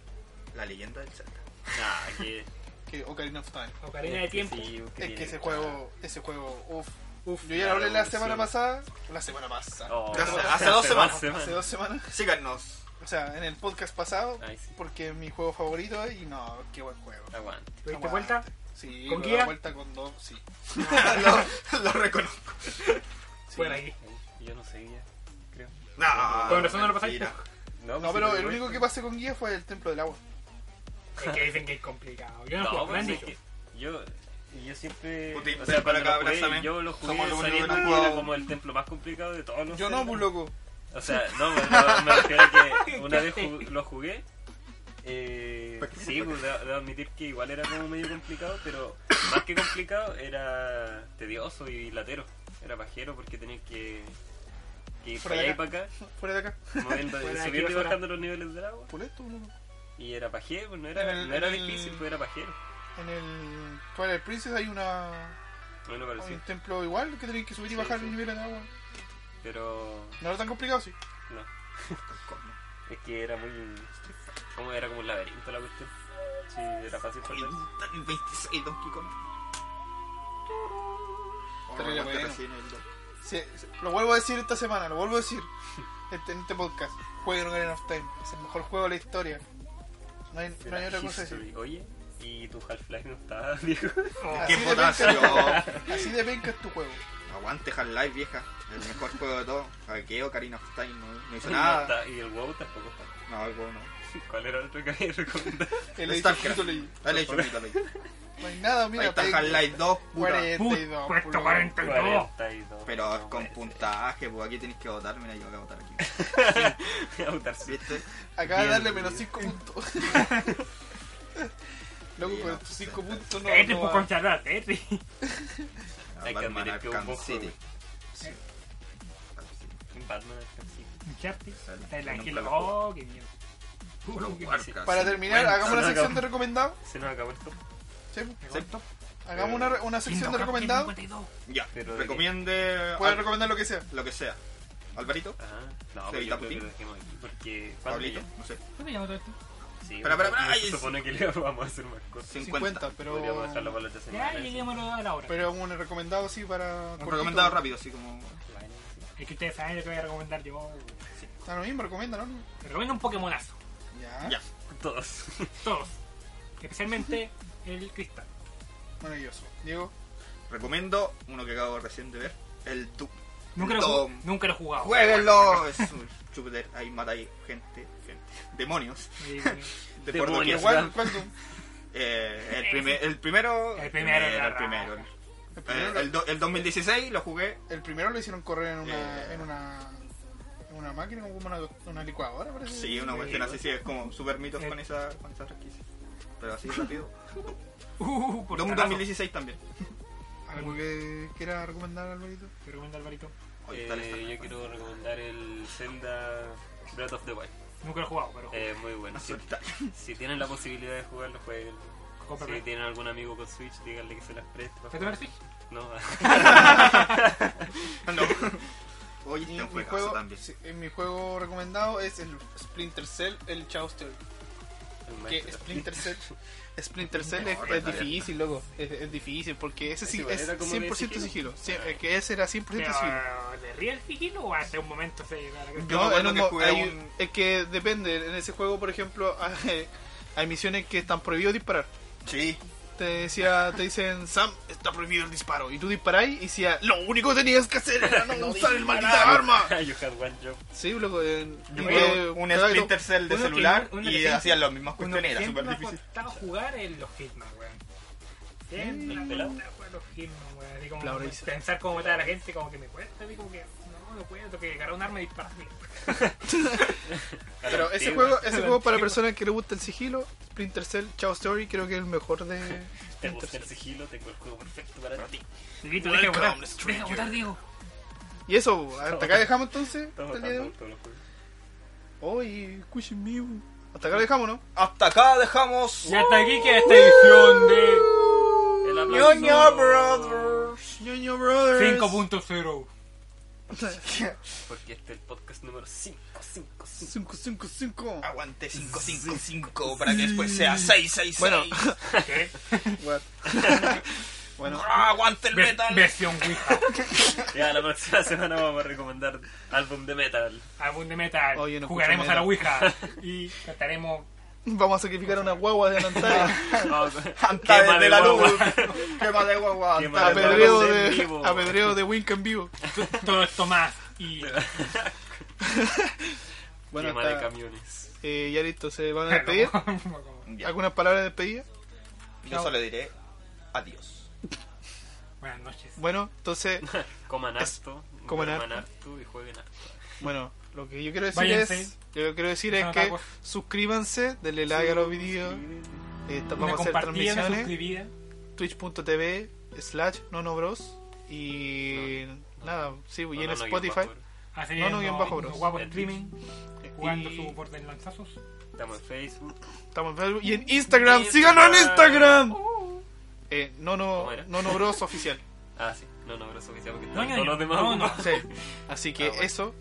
S3: La leyenda del Zelda.
S2: [laughs]
S1: Ah, que.
S2: Que Ocarina of Time.
S4: Ocarina de
S1: es que
S4: tiempo.
S1: sí,
S2: Es que
S1: tiene
S2: ese juego, ese juego, uff.
S4: Uf.
S2: Yo ya lo hablé la semana
S1: sí.
S2: pasada. La semana pasada.
S1: Oh,
S3: Hace- hace dos semanas.
S2: Hace dos semanas.
S3: Síganos. [laughs]
S2: O sea, en el podcast pasado.
S1: Ay, sí.
S2: Porque es mi juego favorito y no, qué buen juego.
S1: Aguanta.
S4: ¿Te diste
S2: Aguante.
S1: [laughs]
S4: vuelta?
S2: Sí,
S4: ¿Con
S2: me doy
S4: guía?
S2: vuelta con dos, sí.
S4: [laughs]
S3: lo, lo reconozco.
S2: Sí.
S4: Fuera aquí.
S1: Yo no seguía, creo. pues
S3: No,
S4: Con razón no lo pasáis.
S3: mentira.
S1: Ah,
S2: No, pero el único que pasé con guía fue el Templo del Agua.
S4: Es que dicen que es complicado. Yo no,
S1: No,
S4: juego, me
S1: pues
S4: han
S1: es
S4: dicho.
S1: que yo. Yo siempre.
S3: Puta,
S1: o
S3: ven
S1: sea,
S3: para
S1: cuando
S3: acá,
S1: lo jugué,
S3: abrázame.
S1: yo lo jugué
S3: Somos los únicos que
S1: sabiendo
S3: no
S1: que
S3: jugamos.
S1: era como el templo más complicado de todos los
S2: Yo no,
S1: Zelda.
S2: pues loco.
S1: O sea, no, pues, no, me refiero a
S2: [laughs]
S1: que una vez ju- lo jugué. Eh, sí, pues debo, debo admitir que igual era como medio complicado, pero más que complicado era tedioso y latero. Era pajero porque tenías que, que ir
S2: Fuera
S1: para allá
S2: de
S1: y para acá,
S2: [laughs] Fuera de acá.
S1: moviendo,
S4: Fuera de aquí,
S1: subiendo y
S4: fuera.
S1: bajando los niveles del agua.
S2: Por esto, loco.
S1: Y era pajero, pues, no era,
S2: En el-
S1: no era
S2: en el-
S1: difícil, pues era pajero.
S2: En el Twilight Princess hay una
S1: No me
S2: hay
S1: pareció.
S2: un templo igual que tenéis que subir y
S1: Pues Sí,
S2: bajar
S1: sí.
S2: el nivel de agua.
S1: Pero
S2: No era tan complicado, sí. [laughs]
S1: no, es que era muy. Como era como un laberinto la cuestión. Sí, era fácil perderse.
S3: 26 Donkey Kong.
S2: Terrible
S3: Ahora,
S2: bueno.
S3: recién el dos.
S2: Sí, sí. Lo vuelvo a decir esta semana, lo vuelvo a decir este- en este podcast. Jueguen Ocarina of Time, es el mejor juego de la historia. No hay, no hay otra cosa que decir.
S1: History. Oye, ¿y tu Half-Life no está, [laughs] viejo?
S3: [laughs]
S4: Oh,
S3: ¡Qué
S2: Así de
S3: potasio!
S2: Así de penca es tu juego.
S3: [laughs] Aguante Half-Life, vieja. El mejor juego de todo. Hackeo, Karina of Time, no, no hizo
S1: No
S3: nada.
S1: está, y el WoW tampoco está.
S3: No, el juego no.
S1: ¿Cuál era el otro que había
S3: [laughs]
S1: recomendado?
S2: El hecho
S3: StarCraft.
S2: escrito leí.
S3: Dale, chupita, dale.
S2: No hay nada, mira.
S3: Ahí está
S2: tengo
S3: Half-Life 2, puta.
S2: 42,
S4: Puesto
S2: pulón.
S4: 42.
S1: 42.
S3: Pero es
S1: No
S3: con
S1: puede [laughs]
S3: puntaje, pues aquí tenés que votar. Mira, yo voy a votar aquí.
S1: ser. Voy a votar sí.
S3: ¿Viste?
S2: Acaba de
S1: Bien,
S2: darle menos
S1: bien.
S2: 5 puntos.
S3: [laughs]
S2: Loco,
S3: Sí,
S2: pero
S3: no,
S2: tus
S3: pues,
S2: 5
S3: está-
S2: puntos no.
S4: Tetris,
S2: no
S4: pues
S2: va.
S4: conservar Tetris.
S1: Hay que
S3: Batman
S1: admitir que es un
S3: Arkham
S1: buen juego.
S3: City.
S2: Sí.
S3: Arkham City.
S1: Batman Arkham City.
S4: Uncharted. El
S3: Nunca
S4: ángel.
S3: lo
S4: Oh, qué miedo.
S3: Puro
S4: Uh, qué
S3: Warcraft.
S2: Para terminar,
S3: Bueno,
S2: hagamos una
S1: no,
S2: sección
S1: no.
S2: de recomendado.
S1: Se nos acabó esto.
S2: Sí, pues.
S4: miedo.
S3: ¿Acepto?
S2: Hagamos una, re- una sección de recomendado.
S4: 52.
S3: Ya,
S1: Pero de
S3: recomiende
S2: Puedes
S3: al-
S2: recomendar lo que sea.
S3: lo que sea. Alvarito,
S1: Ajá. Ah, No,
S3: Sí,
S1: pero
S3: está
S1: yo creo que
S3: Putin.
S1: lo dejemos aquí. Porque. ¿cuándo
S3: Pablito,
S1: ya?
S3: no sé.
S4: ¿Por qué llamo todo esto?
S1: Sí,
S3: Espera, espera, espera,
S1: no
S3: ay,
S1: Se supone que le vamos a hacer más cosas.
S3: 50.
S2: 50, pero.
S1: Podríamos dejarlo para la otra
S4: Ya
S1: semana.
S4: lleguemos a la hora.
S2: Pero un recomendado así para.
S3: Un
S2: cortito.
S3: recomendado rápido, así como.
S1: Bueno, sí.
S4: Es que ustedes saben lo que voy a recomendar yo.
S2: Está lo mismo, recomienda, ¿no?
S4: Te recomiendo un Pokémonazo.
S2: Ya.
S3: Ya.
S1: Todos.
S4: Todos.
S2: [laughs]
S4: Especialmente el cristal.
S2: Maravilloso. Diego,
S3: Recomiendo uno que acabo recién de ver: el Doom.
S4: Nunca lo,
S3: Tom.
S4: ju- nunca lo he jugado.
S3: ¡Jueguenlo! Es un Júpiter, ahí matáis gente, gente. Demonios.
S4: Sí, bueno.
S3: De
S1: Demonios.
S3: por doquier.
S2: igual, ¿cuánto?
S3: Eh, el, primer- el primero.
S4: El primero era
S3: El
S4: la
S3: primero.
S4: raja.
S3: [laughs]
S2: El
S3: Eh,
S2: primero,
S3: el do- el 2016 lo jugué
S2: el primero lo hicieron correr en una.
S3: Eh.
S2: En una en una máquina, como una, una licuadora, parece.
S3: Sí, una
S4: Sí,
S3: cuestión
S4: igual.
S3: así, sí, es como super mitos
S4: Eh.
S3: con esa, con esa franquicia. Pero así rápido.
S4: [laughs] Uh, por
S3: Doom
S4: un
S3: 2016 también.
S2: ¿Algo que quieras recomendar, Alvarito?
S4: Recomienda Alvarito.
S3: [laughs] Oye,
S1: Eh,
S3: tal está.
S1: yo quiero recomendar el Zelda Breath of the Wild.
S4: Nunca lo he jugado, pero
S1: Es muy bueno.
S3: Más [laughs]
S1: Si,
S3: solitario.
S1: si tienen la posibilidad de jugarlo, jueguen.
S4: Cómpralo.
S1: Si tienen algún amigo con Switch, díganle que se las preste.
S4: ¿Te tomas el Switch?
S1: No, [laughs]
S3: No. Oye,
S2: Y
S3: este es un
S2: mi
S3: juegazo
S2: juego,
S3: también.
S2: sí, eh, mi juego recomendado es el Splinter Cell, el Chaos Theory.
S1: el
S2: Que
S1: maestro.
S2: Splinter Cell, Splinter Cell
S3: No,
S2: es,
S3: no,
S2: es
S3: no, no.
S2: difícil, loco. Es, es difícil porque ese sí
S1: Ese
S2: es
S1: era como de
S2: 100% sigilo.
S1: sigilo.
S2: Sí, eh, que ese era 100% sigilo.
S4: Pero, uh, ¿Le ríe el sigilo o hace un momento se llega a la cresta?
S3: Yo me
S2: No, en
S3: acuerdo
S2: un
S3: que
S2: mo-
S3: jugué
S2: hay
S3: un-
S2: un- es que depende. En ese juego, por ejemplo, [laughs] hay, hay misiones que están prohibidos disparar.
S3: Sí.
S2: Te decía, te dicen, Sam, está prohibido el disparo. Y tú disparás y decía, lo único que tenías que hacer era no, usar el
S1: [laughs]
S2: maldita arma.
S1: you had one job.
S2: Sí, loco. en-
S3: Yo
S2: y
S3: jugué
S2: que-
S3: un
S2: claro,
S3: Splinter Cell de
S4: uno que-
S3: celular
S4: uno que
S3: y
S4: siempre-
S3: hacían las mismas
S4: Uno
S3: cuestiones, era
S4: siempre
S3: súper
S4: me ha
S3: difícil.
S4: costado jugar en los Hitman, weón. Siempre
S1: Mm.
S4: me ha
S1: Pelado.
S4: costado jugar en los Hitman, weón. Así como pues,
S2: Plauriza.
S4: pensar cómo matar a la gente, como que me cuesta, así como que no, no puedo, tengo que agarrar un arma y dispararle.
S2: Pero ese
S1: Antiguo.
S2: juego, ese juego
S4: Pero
S2: para
S4: antiguo.
S2: personas que les gusta el sigilo, Splinter Cell, Chao Story, creo que es el mejor de
S1: Te
S2: Splinter
S1: gusta el
S2: Cell.
S1: sigilo, tengo el juego perfecto para ti.
S4: Dieguito, deja de votar,
S2: Welcome, stranger.
S4: deja de votar, Diego.
S2: Y eso, hasta acá dejamos entonces
S1: Estamos
S2: hasta el día de hoy.
S1: matando todos los juegos.
S2: Oye, escuchen mío. Hasta acá lo dejamos,
S1: [laughs]
S2: ¿no?
S3: Hasta acá dejamos.
S4: Y hasta aquí queda esta edición de
S1: El aplauso.
S3: Ñoño Brothers.
S2: Ñoño Brothers.
S4: 5.0.
S1: Porque este es el podcast número 555.
S2: 555.
S3: Aguante 555 para que después sea 666.
S2: Bueno, [laughs]
S4: ¿Qué?
S2: what? bueno,
S3: Ah, aguante el
S4: Ve-
S3: metal.
S4: Versión Ouija.
S1: Ya, la próxima [laughs] semana vamos a recomendar álbum de metal.
S4: Álbum de metal.
S2: Oye, no escucho
S4: Jugaremos a la
S2: metal.
S4: Ouija.
S2: [laughs]
S4: Y cantaremos.
S2: vamos a sacrificar una guagua
S1: [laughs]
S2: de Antares.
S1: Vamos,
S3: Antares
S1: quema
S3: de la
S1: guagua.
S3: luz. Quema de guagua.
S1: Quema
S3: Antares de la luz.
S2: Apedreo
S1: en
S2: de,
S1: vivo.
S2: apedreo de Wink en vivo.
S4: Todo esto más. Y.
S2: Bueno,
S1: Quema de
S2: hasta,
S1: camiones.
S2: eh, ya listo,
S1: [laughs]
S2: se van a
S4: [laughs]
S2: despedir.
S3: Ya,
S2: ¿Algunas palabras de despedida?
S3: Yo solo diré adiós.
S4: Buenas noches.
S2: Bueno,
S1: [laughs]
S2: entonces,
S1: Coman harto,
S2: coman
S1: duerman harto y jueguen harto.
S2: bueno, lo que yo quiero decir
S4: Váyanse.
S2: es, yo lo que quiero decir es
S4: Dejan
S2: que
S4: otra cosa.
S2: suscríbanse, denle like a los videos, eh, esta-
S4: Una
S2: vamos a hacer
S4: compartida, una
S2: transmisiones,
S4: suscribida.
S2: twitch.tv slash nono bros y nada, sí, y en
S1: No, no, no,
S2: Spotify,
S1: guión bajo.
S4: Así
S2: No, no,
S4: es,
S2: guión
S4: no,
S2: bajo,
S4: no,
S2: bros.
S4: Guapo
S1: En
S4: streaming, jugando su
S2: y,
S4: borde en lanzazos.
S1: Estamos en Facebook.
S2: estamos en Facebook, y en Instagram, síganos en Instagram, eh, nono,
S1: Uh. ¿Cómo era?
S2: nono bros oficial,
S1: Ah, sí. No, no, pero eso oficial porque
S4: No,
S1: están
S4: no,
S1: todos
S4: no,
S1: los demás.
S4: no, no.
S1: ocupados.
S2: sí, así que
S1: [laughs] Ah, bueno.
S2: eso,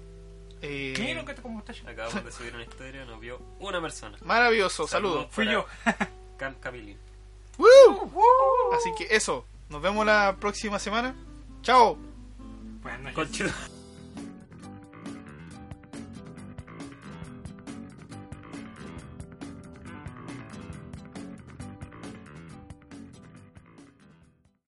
S2: eh,
S4: Mira, que te como está yo.
S1: Acabamos de subir una historia, nos vio una persona.
S2: maravilloso, saludos,
S4: Fui yo.
S1: Cam Camilín.
S2: ¡Woo! así que eso, nos vemos la próxima semana, chao.
S4: Buenas noches.
S1: Conchito.